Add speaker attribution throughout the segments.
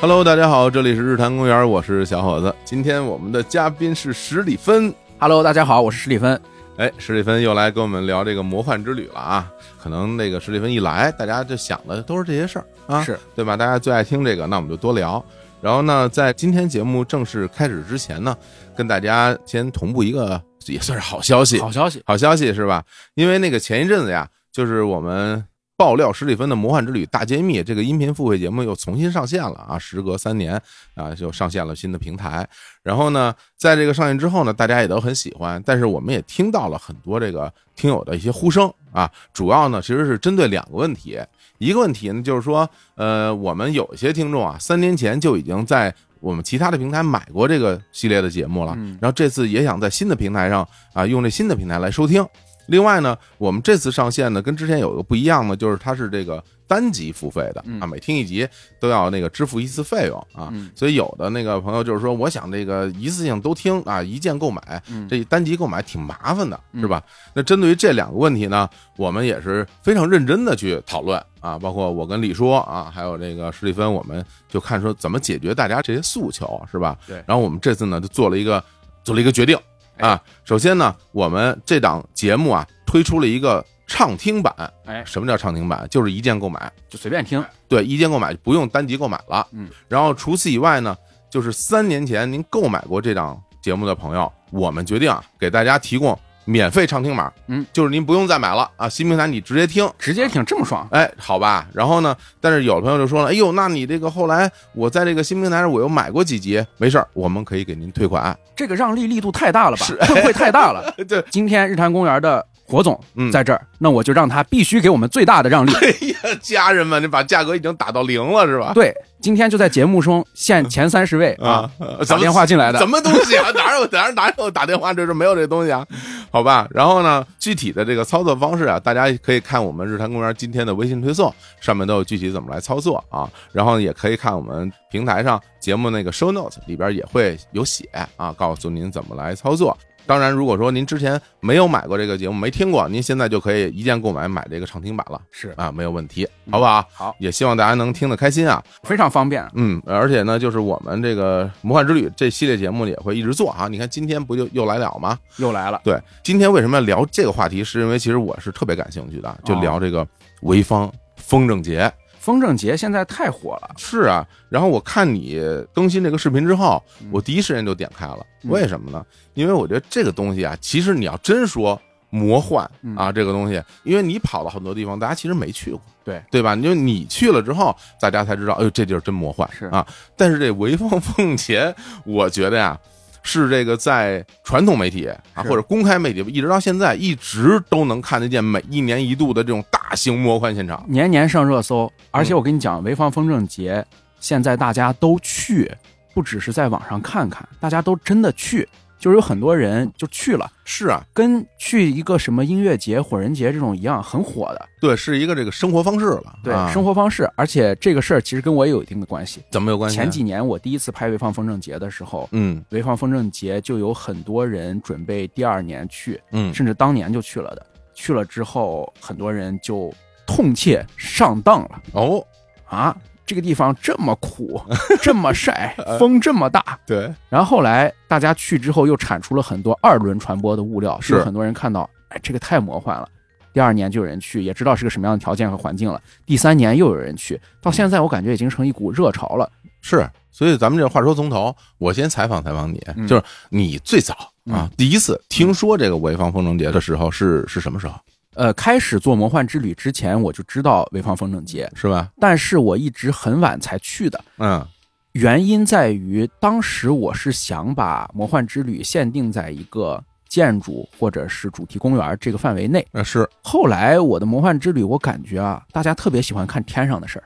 Speaker 1: Hello，大家好，这里是日坛公园，我是小伙子。今天我们的嘉宾是史里芬，
Speaker 2: Hello，大家好，我是史蒂芬。
Speaker 1: 哎，史蒂芬又来跟我们聊这个魔幻之旅了啊！可能那个史蒂芬一来，大家就想的都是这些事儿啊，
Speaker 2: 是
Speaker 1: 对吧？大家最爱听这个，那我们就多聊。然后呢，在今天节目正式开始之前呢，跟大家先同步一个也算是好消息，
Speaker 2: 好消息，
Speaker 1: 好消息是吧？因为那个前一阵子呀，就是我们爆料史蒂芬的《魔幻之旅大揭秘》这个音频付费节目又重新上线了啊，时隔三年啊，就上线了新的平台。然后呢，在这个上线之后呢，大家也都很喜欢，但是我们也听到了很多这个听友的一些呼声啊，主要呢其实是针对两个问题，一个问题呢就是说，呃，我们有一些听众啊，三年前就已经在。我们其他的平台买过这个系列的节目了，
Speaker 2: 嗯
Speaker 1: 然后这次也想在新的平台上啊，用这新的平台来收听。另外呢，我们这次上线呢，跟之前有一个不一样呢，就是它是这个单集付费的
Speaker 2: 嗯
Speaker 1: 啊，每听一集都要那个支付一次费用啊
Speaker 2: 嗯。
Speaker 1: 所以有的那个朋友就是说，我想这个一次性都听啊，一键购买，
Speaker 2: 嗯
Speaker 1: 这单集购买挺麻烦的，
Speaker 2: 嗯
Speaker 1: 是吧？那针对于这两个问题呢，我们也是非常认真的去讨论啊，包括我跟李说啊，还有这个史蒂芬，我们就看说怎么解决大家这些诉求，是吧？
Speaker 2: 对
Speaker 1: 然后我们这次呢，就做了一个做了一个决定
Speaker 2: 哎
Speaker 1: 啊。首先呢，我们这档节目啊，推出了一个畅听版。
Speaker 2: 哎，
Speaker 1: 什么叫畅听版？就是一键购买。
Speaker 2: 就随便听，
Speaker 1: 对，一键购买不用单集购买了。
Speaker 2: 嗯，
Speaker 1: 然后除此以外呢，就是三年前您购买过这档节目的朋友，我们决定啊，给大家提供免费畅听码。
Speaker 2: 嗯，
Speaker 1: 就是您不用再买了啊，新平台你直接听。
Speaker 2: 直接听这么爽。
Speaker 1: 哎，好吧，然后呢？但是有的朋友就说了，哎呦，那你这个后来我在这个新平台上我又买过几集，没事儿，我们可以给您退 款。
Speaker 2: 这个让利力度太大了吧
Speaker 1: 是？
Speaker 2: 会不会太大了？
Speaker 1: 对，
Speaker 2: 今天日坛公园的火总
Speaker 1: 嗯
Speaker 2: 在这儿，那我就让他必须给我们最大的让利。
Speaker 1: 哎家人们，你把价格已经打到零了是吧？
Speaker 2: 对，今天就在节目中限前三十位啊，，
Speaker 1: 怎
Speaker 2: 打
Speaker 1: 么
Speaker 2: 电话进来的
Speaker 1: 什么东西啊？ 哪有哪有哪有打电话这是没有这东西啊？好吧，然后呢，具体的这个操作方式啊，大家可以看我们日坛公园今天的微信推送，上面都有具体怎么来操作啊。然后也可以看我们平台上节目那个 show notes 里边也会有写啊，告诉您怎么来操作。当然，如果说您之前没有买过这个节目，没听过，您现在就可以一键购买买这个畅听版了
Speaker 2: 是
Speaker 1: 啊，没有问题，好不好？
Speaker 2: 好，
Speaker 1: 也希望大家能听得开心啊。
Speaker 2: 非常方便。
Speaker 1: 嗯，而且呢，就是我们这个《魔幻之旅》这系列节目也会一直做啊。你看今天不就又来了吗？
Speaker 2: 又来了，
Speaker 1: 对，今天为什么要聊这个话题？是因为其实我是特别感兴趣的，就聊这个潍坊风筝节。
Speaker 2: 风筝节现在太火了，
Speaker 1: 是啊，然后我看你更新这个视频之后
Speaker 2: 嗯，
Speaker 1: 我第一时间就点开了。
Speaker 2: 嗯
Speaker 1: 为什么呢？因为我觉得这个东西啊，其实你要真说魔幻
Speaker 2: 嗯
Speaker 1: 啊，这个东西，因为你跑了很多地方，大家其实没去过，
Speaker 2: 对
Speaker 1: 对吧？你就你去了之后，大家才知道，哎呦，这地儿真魔幻
Speaker 2: 是
Speaker 1: 啊。但是这潍坊奉节，我觉得呀。是这个在传统媒体啊，
Speaker 2: 是
Speaker 1: 或者公开媒体，一直到现在，一直都能看得见每一年一度的这种大型魔幻现场。
Speaker 2: 年年上热搜。而且我跟你讲，潍坊风筝节现在大家都去，不只是在网上看看，大家都真的去，就是有很多人就去了。
Speaker 1: 是啊，
Speaker 2: 跟去一个什么音乐节、火人节这种一样，很火的，
Speaker 1: 对，是一个这个生活方式了。
Speaker 2: 对、
Speaker 1: 啊、
Speaker 2: 生活方式。而且这个事儿其实跟我也有一定的关系。
Speaker 1: 怎么有关系啊？
Speaker 2: 前几年我第一次拍潍坊风筝节的时候，
Speaker 1: 嗯
Speaker 2: 潍坊风筝节就有很多人准备第二年去，
Speaker 1: 嗯，
Speaker 2: 甚至当年就去了的。去了之后，很多人就痛切上当了
Speaker 1: 哦，
Speaker 2: 啊！这个地方这么 苦，这么晒，风这么大，
Speaker 1: 对，
Speaker 2: 然后后来大家去之后，又产出了很多二轮传播的物料，
Speaker 1: 是
Speaker 2: 就有很多人看到，哎，这个太魔幻了。第二年就有人去，也知道是个什么样的条件和环境了。第三年又有人去，到现在我感觉已经成一股热潮了。
Speaker 1: 是。所以咱们这话说从头，我先采访采访你，
Speaker 2: 嗯
Speaker 1: 就是你最早啊，第一次听说这个潍坊风筝节的时候是是什么时候？
Speaker 2: 呃，开始做魔幻之旅之前，我就知道潍坊风筝节，
Speaker 1: 是吧？
Speaker 2: 但是我一直很晚才去的。
Speaker 1: 嗯
Speaker 2: 原因在于，当时我是想把魔幻之旅限定在一个建筑或者是主题公园这个范围内。
Speaker 1: 呃是，
Speaker 2: 后来我的魔幻之旅，我感觉啊，大家特别喜欢看天上的事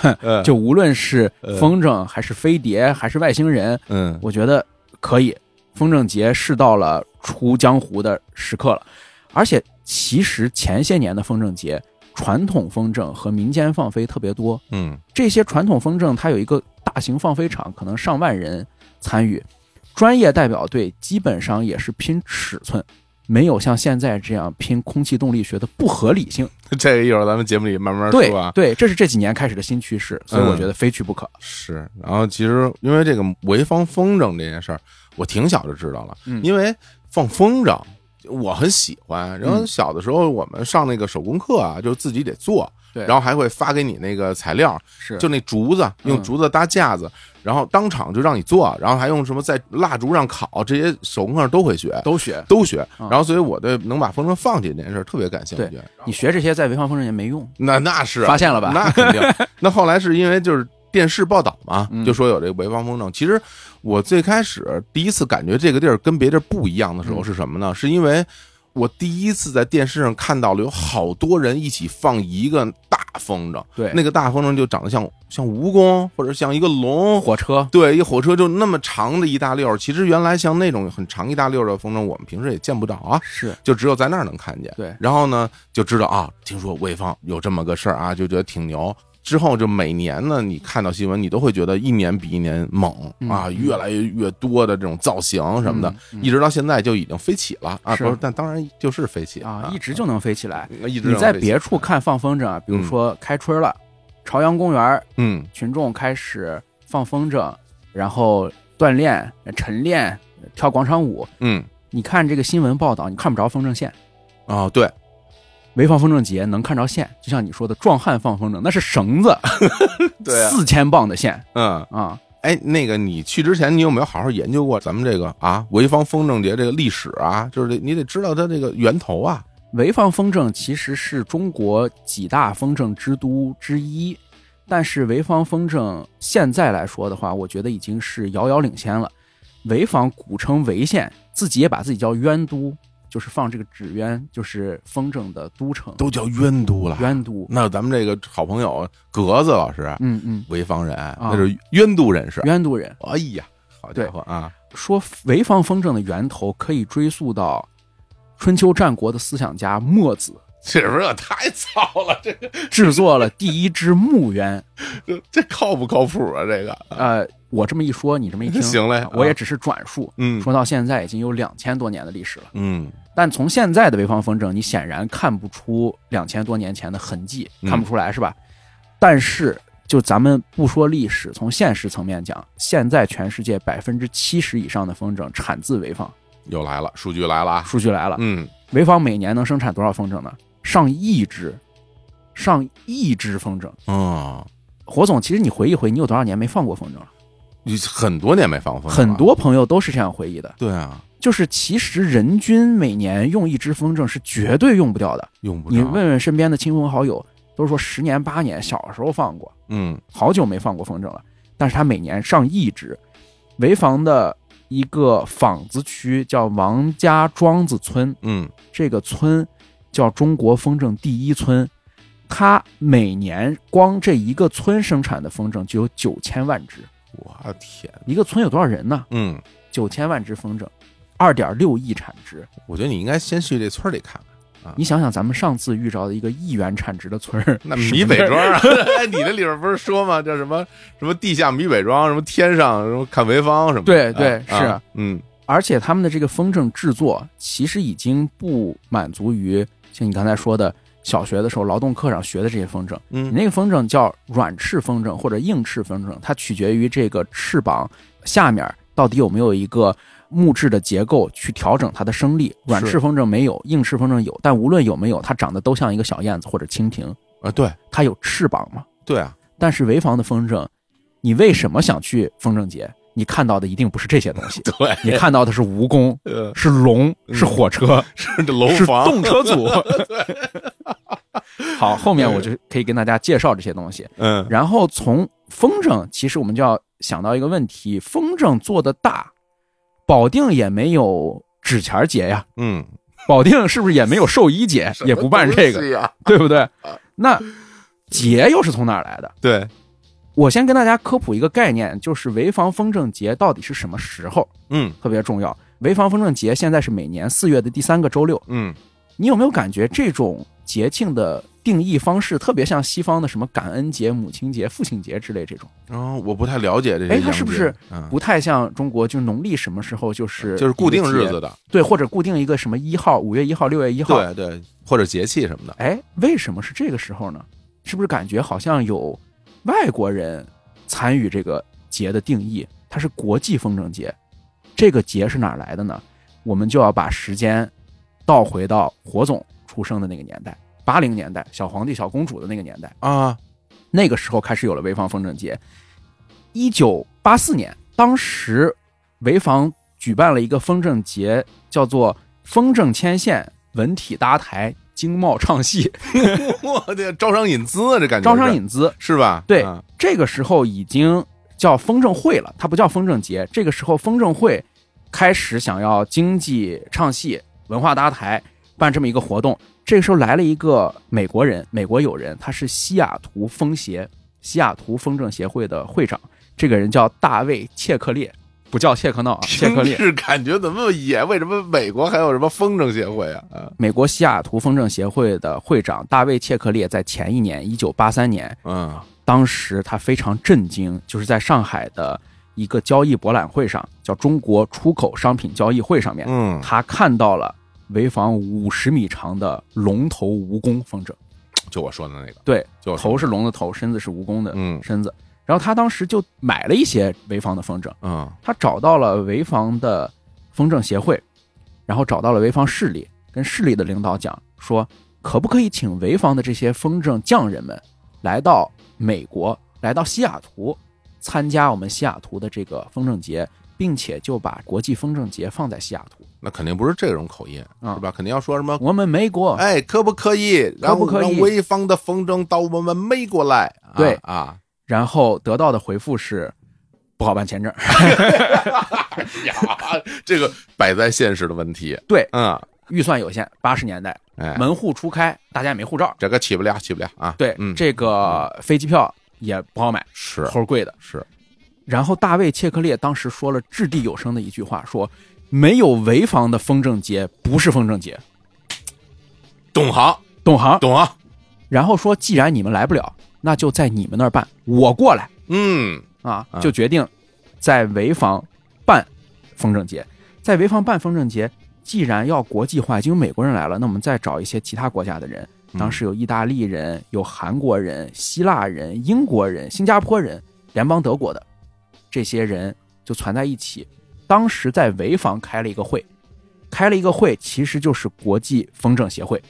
Speaker 2: 儿，
Speaker 1: 呃
Speaker 2: 就无论是
Speaker 1: 呃
Speaker 2: 风筝还是飞碟还是外星人，
Speaker 1: 嗯
Speaker 2: 我觉得可以。风筝节是到了出江湖的时刻了，而且其实前些年的风筝节，传统风筝和民间放飞特别多。
Speaker 1: 嗯
Speaker 2: 这些传统风筝它有一个大型放飞场，可能上万人参与，专业代表队基本上也是拼尺寸，没有像现在这样拼空气动力学的不合理性。
Speaker 1: 这个一会儿咱们节目里慢慢
Speaker 2: 对
Speaker 1: 说啊。
Speaker 2: 对，这是这几年开始的新趋势，所以我
Speaker 1: 嗯
Speaker 2: 觉得非去不可。
Speaker 1: 是，然后其实因为这个潍坊风筝这件事儿，我挺小就知道了，
Speaker 2: 嗯
Speaker 1: 因为放风筝我很喜欢。然后
Speaker 2: 嗯
Speaker 1: 小的时候我们上那个手工课啊，就是自己得做，
Speaker 2: 对
Speaker 1: 然后还会发给你那个材料，
Speaker 2: 是
Speaker 1: 就那竹子，用
Speaker 2: 嗯
Speaker 1: 竹子搭架子，然后当场就让你做，然后还用什么在蜡烛上烤，这些手工课都会学，
Speaker 2: 都学，
Speaker 1: 都学。
Speaker 2: 嗯
Speaker 1: 然后所以我对能把风筝放进这件事儿特别感兴趣。
Speaker 2: 你学这些在潍坊风筝也没用。
Speaker 1: 那那是啊
Speaker 2: 发现了吧
Speaker 1: 那肯定。 那后来是因为就是电视报道嘛，
Speaker 2: 嗯
Speaker 1: 就说有这个潍坊风筝。其实我最开始第一次感觉这个地儿跟别地儿不一样的时候
Speaker 2: 嗯
Speaker 1: 是什么呢？是因为我第一次在电视上看到了有好多人一起放一个大风筝，
Speaker 2: 对，
Speaker 1: 那个大风筝就长得像像蜈蚣或者像一个龙。
Speaker 2: 火车，
Speaker 1: 对，一火车就那么长的一大溜儿。其实原来像那种很长一大溜儿的风筝，我们平时也见不着啊。
Speaker 2: 是
Speaker 1: 就只有在那儿能看见。
Speaker 2: 对
Speaker 1: 然后呢，就知道啊，听说潍坊有这么个事儿啊，就觉得挺牛。之后就每年呢，你看到新闻，你都会觉得一年比一年猛啊，
Speaker 2: 嗯
Speaker 1: 越来越多的这种造型什么的，
Speaker 2: 嗯嗯
Speaker 1: 一直到现在就已经飞起了啊。
Speaker 2: 是
Speaker 1: 不是，但当然就是飞起
Speaker 2: 啊，一直就能飞起来。
Speaker 1: 一直
Speaker 2: 你在
Speaker 1: 能飞起
Speaker 2: 别处看放风筝啊，比如
Speaker 1: 嗯
Speaker 2: 说开春了，朝阳公园
Speaker 1: 嗯
Speaker 2: 群众开始放风筝，然后锻炼、晨练、跳广场舞。
Speaker 1: 嗯
Speaker 2: 你看这个新闻报道，你看不着风筝线。
Speaker 1: 哦对，
Speaker 2: 潍坊风筝节能看着线，就像你说的，壮汉放风筝那是绳子，
Speaker 1: 对啊
Speaker 2: 四千磅的线
Speaker 1: 嗯
Speaker 2: 啊、
Speaker 1: 哎那个你去之前，你有没有好好研究过咱们这个啊潍坊风筝节这个历史啊？就是得你得知道它这个源头啊。
Speaker 2: 潍坊风筝其实是中国几大风筝之都之一，但是潍坊风筝现在来说的话，我觉得已经是遥遥领先了。潍坊古称潍县，自己也把自己叫渊都，就是放这个纸鸢，就是风筝的都城，
Speaker 1: 都叫冤都了，
Speaker 2: 渊都。
Speaker 1: 那咱们这个好朋友格子老师，
Speaker 2: 嗯嗯，
Speaker 1: 潍坊人，那是冤都人士。
Speaker 2: 渊都人
Speaker 1: 啊哎呀，好家伙啊！
Speaker 2: 说潍坊风筝的源头可以追溯到春秋战国的思想家墨子
Speaker 1: 这不是也太糙了，这
Speaker 2: 制作了第一支木鸢。
Speaker 1: 这这靠不靠谱啊？这个，
Speaker 2: 呃，我这么一说，你这么一听，
Speaker 1: 行嘞
Speaker 2: 我
Speaker 1: 啊
Speaker 2: 也只是转述。
Speaker 1: 嗯
Speaker 2: 说到现在已经有两千多年的历史了，
Speaker 1: 嗯
Speaker 2: 但从现在的潍坊风筝，你显然看不出两千多年前的痕迹，
Speaker 1: 嗯
Speaker 2: 看不出来是吧？但是就咱们不说历史，从现实层面讲，现在全世界百分之七十以上的风筝产自潍坊。
Speaker 1: 又来了，数据来了啊！
Speaker 2: 数据来了，
Speaker 1: 嗯，
Speaker 2: 潍坊每年能生产多少风筝呢？上亿只，上亿只风筝。
Speaker 1: 哦，
Speaker 2: 火总，其实你回忆回，你有多少年没放过风筝了？
Speaker 1: 你很多年没放风了，
Speaker 2: 很多朋友都是这样回忆的，
Speaker 1: 对啊，
Speaker 2: 就是其实人均每年用一只风筝是绝对用不掉的。
Speaker 1: 用不着。
Speaker 2: 你问问身边的亲朋好友，都说十年八年，小时候放过，
Speaker 1: 嗯
Speaker 2: 好久没放过风筝了。但是他每年上亿只。潍坊的一个坊子区叫王家庄子村，
Speaker 1: 嗯，
Speaker 2: 这个村叫中国风筝第一村，它每年光这一个村生产的风筝就有九千万只。
Speaker 1: 我的天，
Speaker 2: 一个村有多少人呢？
Speaker 1: 嗯，
Speaker 2: 九千万只风筝，二点六亿产值。
Speaker 1: 我觉得你应该先去这村里看看。
Speaker 2: 你想想，咱们上次遇着的一个亿元产值的村儿，
Speaker 1: 那
Speaker 2: 是
Speaker 1: 米北庄啊， 哎，你那里边不是说吗？叫什么什么地下米北庄，什么天上什么看潍坊什么的？
Speaker 2: 对对
Speaker 1: 哎啊
Speaker 2: 是
Speaker 1: 嗯
Speaker 2: 而且他们的这个风筝制作其实已经不满足于像你刚才说的小学的时候劳动课上学的这些风筝。你
Speaker 1: 嗯
Speaker 2: 那个风筝叫软翅风筝或者硬翅风筝，它取决于这个翅膀下面到底有没有一个木质的结构去调整它的升力。软
Speaker 1: 是
Speaker 2: 翅风筝没有，硬翅风筝有，但无论有没有，它长得都像一个小燕子或者蜻蜓，
Speaker 1: 啊，对
Speaker 2: 它有翅膀嘛。
Speaker 1: 对 啊，，
Speaker 2: 但是潍坊的风筝，你为什么想去风筝节？你看到的一定不是这些东西
Speaker 1: 对，
Speaker 2: 你看到的是蜈蚣，
Speaker 1: 呃，
Speaker 2: 是龙，是火车，
Speaker 1: 是这楼
Speaker 2: 是
Speaker 1: 房，
Speaker 2: 动 车组。好，后面我就可以跟大家介绍这些东西。
Speaker 1: 嗯
Speaker 2: 然后从风筝，其实我们就要想到一个问题：风筝做的大，保定也没有纸钱儿节呀，
Speaker 1: 嗯，
Speaker 2: 保定是不是也没有寿衣节，也不办这个，
Speaker 1: 个，
Speaker 2: 对不对？那节又是从哪儿来的？
Speaker 1: 对，
Speaker 2: 我先跟大家科普一个概念，就是潍坊风筝节到底是什么时候
Speaker 1: 嗯
Speaker 2: 特别重要。潍坊风筝节现在是每年四月的第三个周六，
Speaker 1: 嗯
Speaker 2: 你有没有感觉这种节庆的定义方式特别像西方的什么感恩节、母亲节、父亲节之类这种？
Speaker 1: 然后哦我不太了解这些
Speaker 2: 哎
Speaker 1: 洋节，
Speaker 2: 它是不是
Speaker 1: 嗯
Speaker 2: 不太像中国，就是农历什么时候就是
Speaker 1: 就是固定
Speaker 2: 一
Speaker 1: 日
Speaker 2: 个节，
Speaker 1: 子的？
Speaker 2: 对，或者固定一个什么一号、五月一号、六月一号，
Speaker 1: 对对，或者节气什么的。
Speaker 2: 哎，为什么是这个时候呢？是不是感觉好像有外国人参与这个节的定义？它是国际风筝节，这个节是哪儿来的呢？我们就要把时间倒回到火总出生的那个年代，八零年代，小皇帝、小公主的那个年代，
Speaker 1: 啊，
Speaker 2: 那个时候开始有了潍坊风筝节。一九八四年，当时潍坊举办了一个风筝节，叫做“风筝牵线，文体搭台，经贸唱戏”。
Speaker 1: 我的招商引资啊，这感觉
Speaker 2: 招商
Speaker 1: 是
Speaker 2: 引资。
Speaker 1: 是吧？
Speaker 2: 对
Speaker 1: 啊
Speaker 2: 这个时候已经叫风筝会了，它不叫风筝节。这个时候风筝会开始想要经济唱戏、文化搭台，办这么一个活动。这个时候来了一个美国人，美国友人，他是西雅图风协、西雅图风筝协会的会长。这个人叫大卫·切克列，不叫切克闹 啊，切克
Speaker 1: 真
Speaker 2: 列。
Speaker 1: 是感觉怎么野？为什么美国还有什么风筝协会啊？啊
Speaker 2: 美国西雅图风筝协会的会长大卫·切克列在前一年，一九八三年，
Speaker 1: 嗯
Speaker 2: 当时他非常震惊，就是在上海的一个交易博览会上，叫中国出口商品交易会上面，
Speaker 1: 嗯，
Speaker 2: 他看到了潍坊五十米长的龙头蜈蚣风筝，
Speaker 1: 就我说的那个，
Speaker 2: 对，
Speaker 1: 就我说
Speaker 2: 头是龙的头，身子是蜈蚣的
Speaker 1: 嗯
Speaker 2: 身子。然后他当时就买了一些潍坊的风筝，
Speaker 1: 嗯
Speaker 2: 他找到了潍坊的风筝协会，然后找到了潍坊市里，跟市里的领导讲说，可不可以请潍坊的这些风筝匠人们来到美国，来到西雅图，参加我们西雅图的这个风筝节，并且就把国际风筝节放在西雅图。
Speaker 1: 那肯定不是这种口音
Speaker 2: 啊
Speaker 1: 是吧？肯定要说什么。
Speaker 2: 我们美国，
Speaker 1: 哎，可不可以让
Speaker 2: 可不可以
Speaker 1: 让潍坊的风筝到我们美国来？啊
Speaker 2: 对
Speaker 1: 啊，
Speaker 2: 然后得到的回复是不好办签证。
Speaker 1: 呀，这个摆在现实的问题，
Speaker 2: 对，
Speaker 1: 嗯，
Speaker 2: 预算有限，八十年代
Speaker 1: 哎，
Speaker 2: 门户初开，大家也没护照。
Speaker 1: 这个起不了，起不了啊。
Speaker 2: 对，
Speaker 1: 嗯，
Speaker 2: 这个飞机票也不好买，
Speaker 1: 是
Speaker 2: 齁贵的。
Speaker 1: 是，
Speaker 2: 然后大卫·切克列当时说了掷地有声的一句话，说：“没有潍坊的风筝节不是风筝节，
Speaker 1: 懂行，
Speaker 2: 懂行。
Speaker 1: 懂行，”
Speaker 2: 然后说：“既然你们来不了，那就在你们那儿办，我过来
Speaker 1: 嗯，
Speaker 2: 啊
Speaker 1: 啊！”
Speaker 2: 就决定在潍坊办风筝节。在潍坊办风筝节，既然要国际化，已经有美国人来了，那我们再找一些其他国家的人。当时有意大利人、有韩国人、希腊人、英国人、新加坡人、联邦德国的这些人就攒在一起。当时在潍坊开了一个会，开了一个会，其实就是国际风筝协会，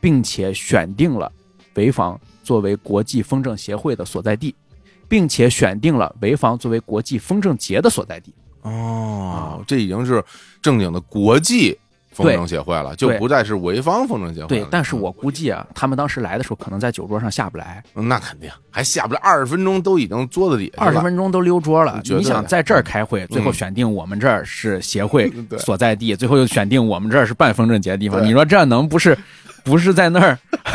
Speaker 2: 并且选定了潍坊作为国际风筝协会的所在地，并且选定了潍坊作为国际风筝节的所在地。
Speaker 1: 哦，这已经是正经的国际风筝协会了，就
Speaker 2: 对
Speaker 1: 不再是潍坊风筝协会了。
Speaker 2: 对，但是我估计啊，他们当时来的时候可能在酒桌上下不来，
Speaker 1: 嗯那肯定还下不了二十分钟，都已经桌子底下
Speaker 2: 二十
Speaker 1: 了。
Speaker 2: 分钟都溜桌了。
Speaker 1: 绝对
Speaker 2: 你想嗯
Speaker 1: 的
Speaker 2: 在这儿开会，最后选定我们这儿是协会
Speaker 1: 对
Speaker 2: 所在地，最后又选定我们这儿是办风筝节的地方。
Speaker 1: 对
Speaker 2: 你说这能不是不是在那儿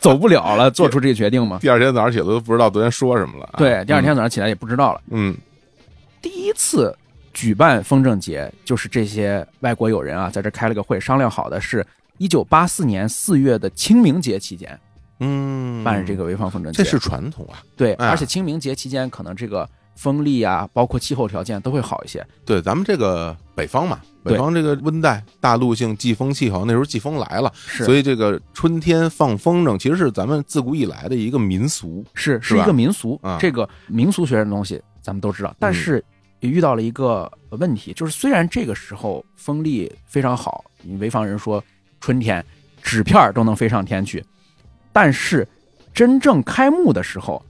Speaker 2: 走不了了，做出这个决定吗？
Speaker 1: 第二天早上起来都不知道昨天说什么了。，啊
Speaker 2: 对，第二天早上起来也不知道了。
Speaker 1: 嗯
Speaker 2: 第一次举办风筝节，就是这些外国友人啊，在这开了个会，商量好的是。一九八四年四月的清明节期间
Speaker 1: 嗯，
Speaker 2: 办这，个潍坊风筝节，
Speaker 1: 这是传统啊。
Speaker 2: 对，
Speaker 1: 哎呀
Speaker 2: 而且清明节期间可能这个风力啊，包括气候条件都会好一些。
Speaker 1: 对，咱们这个北方嘛，
Speaker 2: 对
Speaker 1: 北方这个温带大陆性季风气候，那时候季风来了，
Speaker 2: 是，
Speaker 1: 所以这个春天放风筝其实是咱们自古以来的一个民俗。
Speaker 2: 是
Speaker 1: 是
Speaker 2: 是一
Speaker 1: 吧
Speaker 2: 个民俗，
Speaker 1: 啊嗯
Speaker 2: 这个民俗学的东西咱们都知道，但是也遇到了一个问题，就是虽然这个时候风力非常好，你潍坊人说春天纸片儿都能飞上天去，但是真正开幕的时候，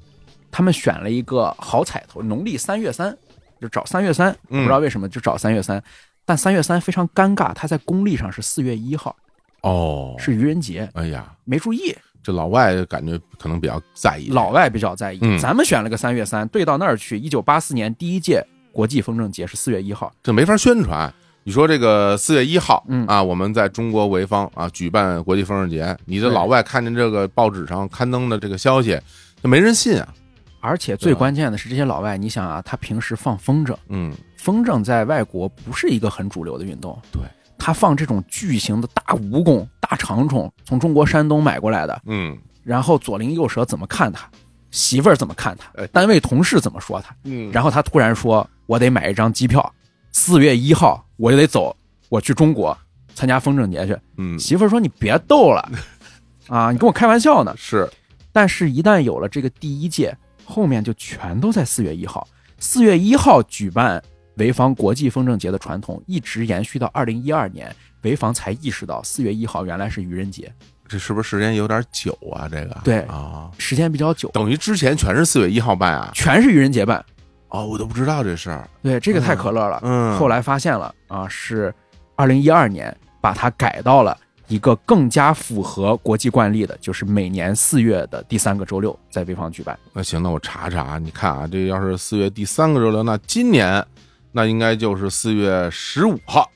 Speaker 2: 他们选了一个好彩头，农历三月三，就找三月三，我
Speaker 1: 嗯
Speaker 2: 不知道为什么就找三月三，但三月三非常尴尬，它在公历上是四月一号，
Speaker 1: 哦
Speaker 2: 是愚人节，
Speaker 1: 哎呀，
Speaker 2: 没注意，
Speaker 1: 这老外感觉可能比较在意。
Speaker 2: 老外比较在意。
Speaker 1: 嗯
Speaker 2: 咱们选了个三月三，对到那儿去。一九八四年第一届国际风筝节是四月一号，
Speaker 1: 这没法宣传。你说这个四月一号，
Speaker 2: 嗯
Speaker 1: 啊，我们在中国潍坊啊举办国际风筝节，你这
Speaker 2: 对
Speaker 1: 老外看见这个报纸上刊登的这个消息，就没人信啊。
Speaker 2: 而且最
Speaker 1: 对吧
Speaker 2: 关键的是，这些老外，你想啊，他平时放风筝，
Speaker 1: 嗯，
Speaker 2: 风筝在外国不是一个很主流的运动，
Speaker 1: 对，
Speaker 2: 他放这种巨型的大蜈蚣、大长虫，从中国山东买过来的，
Speaker 1: 嗯
Speaker 2: 然后左邻右舍怎么看他，媳妇儿怎么看
Speaker 1: 哎
Speaker 2: 他，单位同事怎么说他，
Speaker 1: 嗯
Speaker 2: 然后他突然说：“我得买一张机票，四月一号我就得走，我去中国参加风筝节去。”
Speaker 1: 嗯
Speaker 2: 媳妇儿说：“你别逗了， 啊，你跟我开玩笑呢。
Speaker 1: 是”
Speaker 2: 但是，一旦有了这个第一届，后面就全都在四月一号。四月一号举办潍坊国际风筝节的传统，一直延续到二零一二年，潍坊才意识到四月一号原来是愚人节，
Speaker 1: 这是不是时间有点久啊？这个
Speaker 2: 对
Speaker 1: 啊，
Speaker 2: 时间比较久，
Speaker 1: 等于之前全是四月一号办啊？
Speaker 2: 全是愚人节办。
Speaker 1: 哦，我都不知道这事儿。
Speaker 2: 对，这个太可乐了。
Speaker 1: 嗯，
Speaker 2: 后来发现了啊，是二零一二年把它改到了一个更加符合国际惯例的，就是每年四月的第三个周六在潍坊举办。
Speaker 1: 那行，那我查查啊。你看啊，这要是四月第三个周六，那今年那应该就是四月十五号。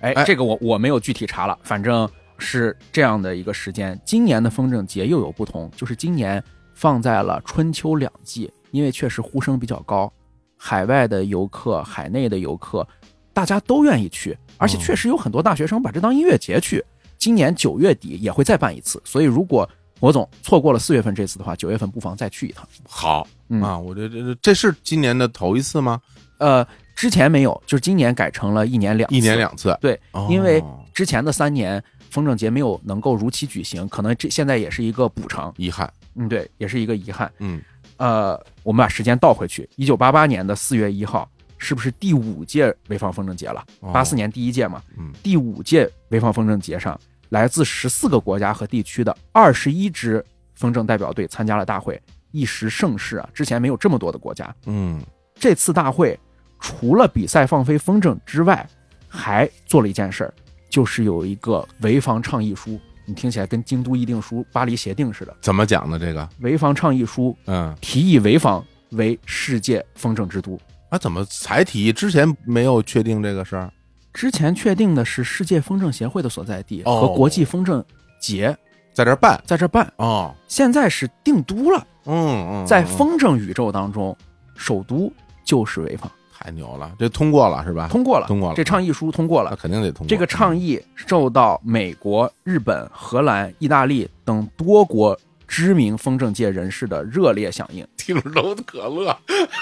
Speaker 2: 哎，
Speaker 1: 哎
Speaker 2: 这个我我没有具体查了，反正是这样的一个时间。今年的风筝节又有不同，就是今年放在了春秋两季，因为确实呼声比较高，海外的游客、海内的游客，大家都愿意去，而且
Speaker 1: 嗯
Speaker 2: 确实有很多大学生把这当音乐节去。今年九月底也会再办一次，所以如果火总错过了四月份这次的话，九月份不妨再去一趟。
Speaker 1: 好、
Speaker 2: 嗯
Speaker 1: 啊，我这这这这是今年的头一次吗？
Speaker 2: 呃，之前没有，就是今年改成了一年两次
Speaker 1: 一年两次。
Speaker 2: 对，
Speaker 1: 哦
Speaker 2: 因为之前的三年风筝节没有能够如期举行，可能这现在也是一个补偿，
Speaker 1: 遗憾，
Speaker 2: 嗯，对，也是一个遗憾。
Speaker 1: 嗯
Speaker 2: 呃，我们把时间倒回去，一九八八年的四月一号，是不是第五届潍坊风筝节了？
Speaker 1: 哦
Speaker 2: 八四年第一届嘛，
Speaker 1: 嗯
Speaker 2: 第五届潍坊风筝节上，来自十四个国家和地区的二十一支风筝代表队参加了大会，一时盛世啊！之前没有这么多的国家，
Speaker 1: 嗯，
Speaker 2: 这次大会除了比赛放飞风筝之外，还做了一件事儿，就是有一个潍坊倡议书。你听起来跟京都议定书、巴黎协定似的。
Speaker 1: 怎么讲呢？这个，
Speaker 2: 潍坊倡议书
Speaker 1: 嗯
Speaker 2: 提议潍坊为世界风筝之都。
Speaker 1: 啊，怎么才提？之前没有确定这个事儿。
Speaker 2: 之前确定的是世界风筝协会的所在地
Speaker 1: 哦
Speaker 2: 和国际风筝节
Speaker 1: 在这儿办
Speaker 2: 在这办，
Speaker 1: 哦，
Speaker 2: 现在是定都了。
Speaker 1: 嗯嗯，
Speaker 2: 在
Speaker 1: 嗯
Speaker 2: 风筝宇宙当中，首都就是潍坊，
Speaker 1: 太牛了，这通过了是吧？
Speaker 2: 通过了，
Speaker 1: 通过了啊
Speaker 2: 这倡议书通过了
Speaker 1: 那。肯定得通过
Speaker 2: 这个倡
Speaker 1: 议，
Speaker 2: 议受到美国、日本、荷兰、意大利等多国知名风筝界人士的热烈响应。
Speaker 1: 听着都可乐，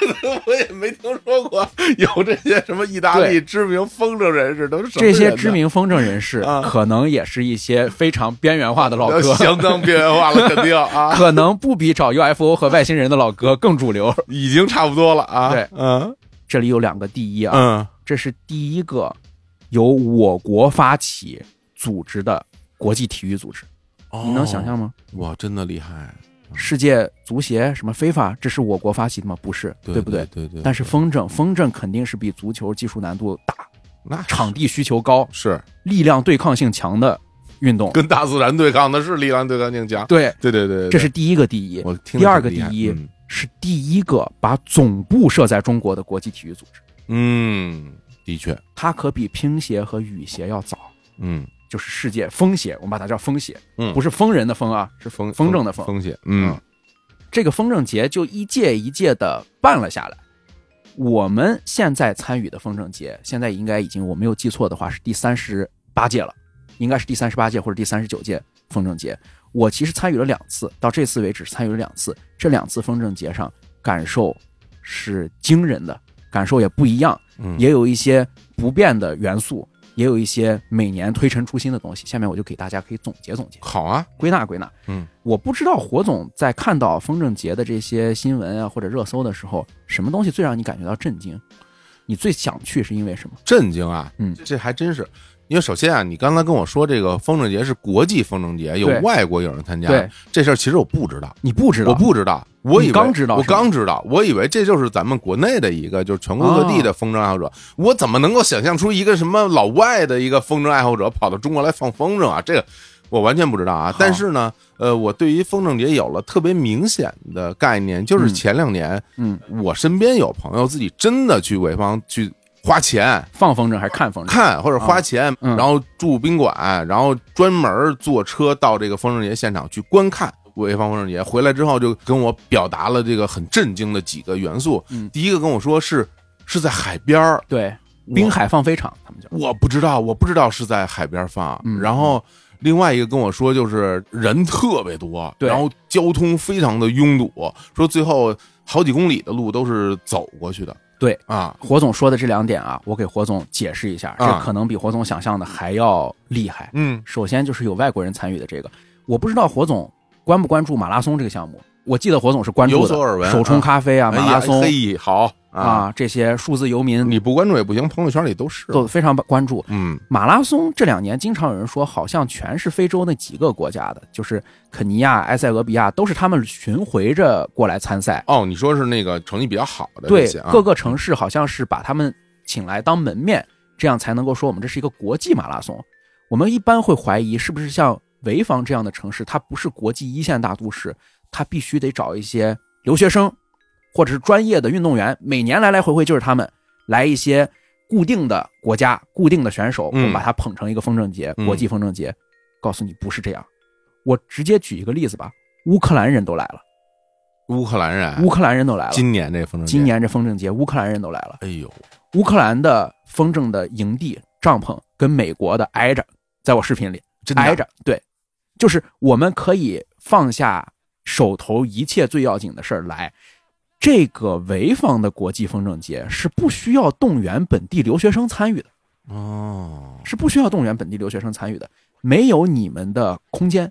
Speaker 1: 我也没听说过有这些什么意大利
Speaker 2: 对
Speaker 1: 知名风筝人士，都是什么
Speaker 2: 这些
Speaker 1: 人
Speaker 2: 知
Speaker 1: 呢
Speaker 2: 名风筝人士
Speaker 1: 啊，
Speaker 2: 可能也是一些非常边缘化的老哥，
Speaker 1: 相当边缘化了，肯定啊，
Speaker 2: 可能不比找 UFO 和外星人的老哥更主流。
Speaker 1: 已经差不多了啊。
Speaker 2: 对
Speaker 1: 嗯
Speaker 2: 这里有两个第一啊，
Speaker 1: 嗯，
Speaker 2: 这是第一个由我国发起组织的国际体育组织，
Speaker 1: 哦
Speaker 2: 你能想象吗？
Speaker 1: 哇，真的厉害，
Speaker 2: 世界足协什么非法，这是我国发起的吗？不是，
Speaker 1: 对
Speaker 2: 不
Speaker 1: 对？对对
Speaker 2: 但是风筝，风筝肯定是比足球技术难度大、
Speaker 1: 那
Speaker 2: 场地需求高、
Speaker 1: 是
Speaker 2: 力量对抗性强的运动。
Speaker 1: 跟大自然对抗，那是力量对抗性强。
Speaker 2: 对，
Speaker 1: 对对对，对
Speaker 2: 这是第一个第一
Speaker 1: 对，我听着
Speaker 2: 第二个
Speaker 1: 挺厉害
Speaker 2: 第一
Speaker 1: 嗯
Speaker 2: 是第一个把总部设在中国的国际体育组织。
Speaker 1: 嗯，的确，
Speaker 2: 它可比乒协和羽协要早，
Speaker 1: 嗯
Speaker 2: 就是世界风协，我们把它叫风协，
Speaker 1: 嗯
Speaker 2: 不是疯人的疯啊，是
Speaker 1: 风
Speaker 2: 风筝的风。
Speaker 1: 风险，嗯
Speaker 2: 嗯这个风筝节就一届一届的办了下来。我们现在参与的风筝节，现在应该已经我没有记错的话是第三十八届了，应该是第三十八届或者第三十九届风筝节。我其实参与了两次，到这次为止参与了两次。这两次风筝节上感受是惊人的，感受也不一样，
Speaker 1: 嗯，
Speaker 2: 也有一些不变的元素，也有一些每年推陈出新的东西。下面我就给大家可以总结总结。
Speaker 1: 好啊，
Speaker 2: 归纳归纳。
Speaker 1: 嗯，
Speaker 2: 我不知道火总在看到风筝节的这些新闻啊或者热搜的时候，什么东西最让你感觉到震惊？你最想去是因为什么？
Speaker 1: 震惊啊！
Speaker 2: 嗯
Speaker 1: 这还真是，因为首先啊，你刚才跟我说这个风筝节是国际风筝节，有
Speaker 2: 对
Speaker 1: 外国有人参加
Speaker 2: 对，
Speaker 1: 这事儿其实我不知道。
Speaker 2: 你不知道，
Speaker 1: 我不知道，我以为
Speaker 2: 你刚知道
Speaker 1: 我
Speaker 2: 是吗
Speaker 1: 刚知道，我以为这就是咱们国内的一个，就是全国各地的风筝爱好者。我怎么能够想象出一个什么老外的一个风筝爱好者跑到中国来放风筝啊？这个我完全不知道啊
Speaker 2: 好。
Speaker 1: 但是呢，呃，我对于风筝节有了特别明显的概念，就是
Speaker 2: 嗯
Speaker 1: 前两年
Speaker 2: 嗯，
Speaker 1: 我身边有朋友自己真的去潍坊去花钱
Speaker 2: 放风筝还是看风筝？
Speaker 1: 看或者花钱，
Speaker 2: 嗯
Speaker 1: 然后住宾馆，然后专门坐车到这个风筝节现场去观看。潍坊风筝节回来之后，就跟我表达了这个很震惊的几个元素。
Speaker 2: 嗯
Speaker 1: 第一个跟我说是是在海边儿，
Speaker 2: 对，滨海放飞场，他们叫
Speaker 1: 我不知道，我不知道是在海边放。
Speaker 2: 嗯
Speaker 1: 然后另外一个跟我说，就是人特别多，
Speaker 2: 对
Speaker 1: 然后交通非常的拥堵，说最后好几公里的路都是走过去的。
Speaker 2: 对
Speaker 1: 啊，
Speaker 2: 火总说的这两点啊，我给火总解释一下，这
Speaker 1: 啊
Speaker 2: 可能比火总想象的还要厉害。
Speaker 1: 嗯，
Speaker 2: 首先就是有外国人参与的这个，我不知道火总关不关注马拉松这个项目。我记得火总是关注
Speaker 1: 有
Speaker 2: 的
Speaker 1: 所，耳闻
Speaker 2: 手冲咖啡啊、
Speaker 1: 哎呀
Speaker 2: 马拉松
Speaker 1: 嘿，好啊，
Speaker 2: 啊这些数字游民
Speaker 1: 你不关注也不行，朋友圈里都是。
Speaker 2: 都非常关注。
Speaker 1: 嗯，
Speaker 2: 马拉松这两年经常有人说，好像全是非洲那几个国家的，就是肯尼亚、埃塞俄比亚，都是他们巡回着过来参赛。
Speaker 1: 哦，你说是那个成绩比较好的
Speaker 2: 对
Speaker 1: 这些，啊
Speaker 2: 各个城市好像是把他们请来当门面，这样才能够说我们这是一个国际马拉松。我们一般会怀疑是不是像潍坊这样的城市，它不是国际一线大都市，它必须得找一些留学生或者是专业的运动员，每年来来回回就是他们来一些固定的国家、固定的选手，我
Speaker 1: 嗯
Speaker 2: 们把它捧成一个风筝节，
Speaker 1: 嗯
Speaker 2: 国际风筝节。告诉你不是这样，我直接举一个例子吧，乌克兰人都来了，
Speaker 1: 乌克兰人，
Speaker 2: 乌克兰人都来了。
Speaker 1: 哎今年这风筝节，
Speaker 2: 今年这风筝节，乌克兰人都来了。
Speaker 1: 哎呦，
Speaker 2: 乌克兰的风筝的营地帐篷跟美国的挨着，在我视频里
Speaker 1: 真的
Speaker 2: 挨着，对，就是我们可以放下手头一切最要紧的事儿来。这个潍坊的国际风筝节是不需要动员本地留学生参与的，
Speaker 1: 哦，
Speaker 2: 是不需要动员本地留学生参与的，没有你们的空间，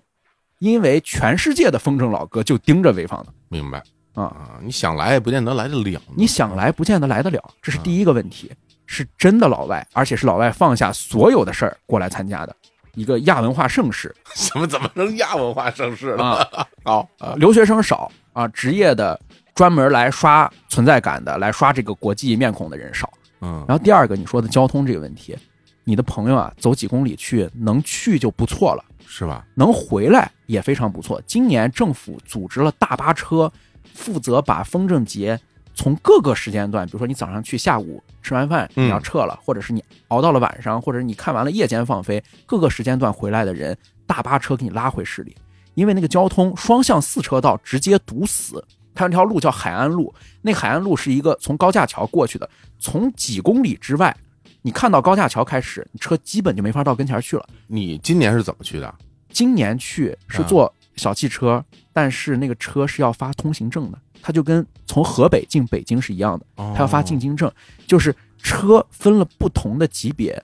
Speaker 2: 因为全世界的风筝老哥就盯着潍坊呢
Speaker 1: 明白
Speaker 2: 啊、
Speaker 1: 啊，你想来也不见得来得啊了呢，
Speaker 2: 你想来不见得来得了，这是第一个问题，是真的老外，而且是老外放下所有的事儿过来参加的一个亚文化盛世
Speaker 1: 怎么怎么能亚文化盛世了？
Speaker 2: 啊，
Speaker 1: 好啊，
Speaker 2: 留学生少啊，职业的专门来刷存在感的，来刷这个国际面孔的人少。
Speaker 1: 嗯，
Speaker 2: 然后第二个，你说的交通这个问题，你的朋友啊，走几公里去能去就不错了，
Speaker 1: 是吧？
Speaker 2: 能回来也非常不错。今年政府组织了大巴车，负责把风筝节从各个时间段，比如说你早上去，下午吃完饭
Speaker 1: 嗯
Speaker 2: 你要撤了，或者是你熬到了晚上，或者你看完了夜间放飞，各个时间段回来的人，大巴车给你拉回市里，因为那个交通双向四车道直接堵死。它有条路叫海岸路，那海岸路是一个从高架桥过去的，从几公里之外，你看到高架桥开始，你车基本就没法到跟前儿去了。
Speaker 1: 你今年是怎么去的？
Speaker 2: 今年去
Speaker 1: 嗯
Speaker 2: 是坐小汽车，但是那个车是要发通行证的，它就跟从河北进北京是一样的，
Speaker 1: 他
Speaker 2: 它要发进京证，就是车分了不同的级别，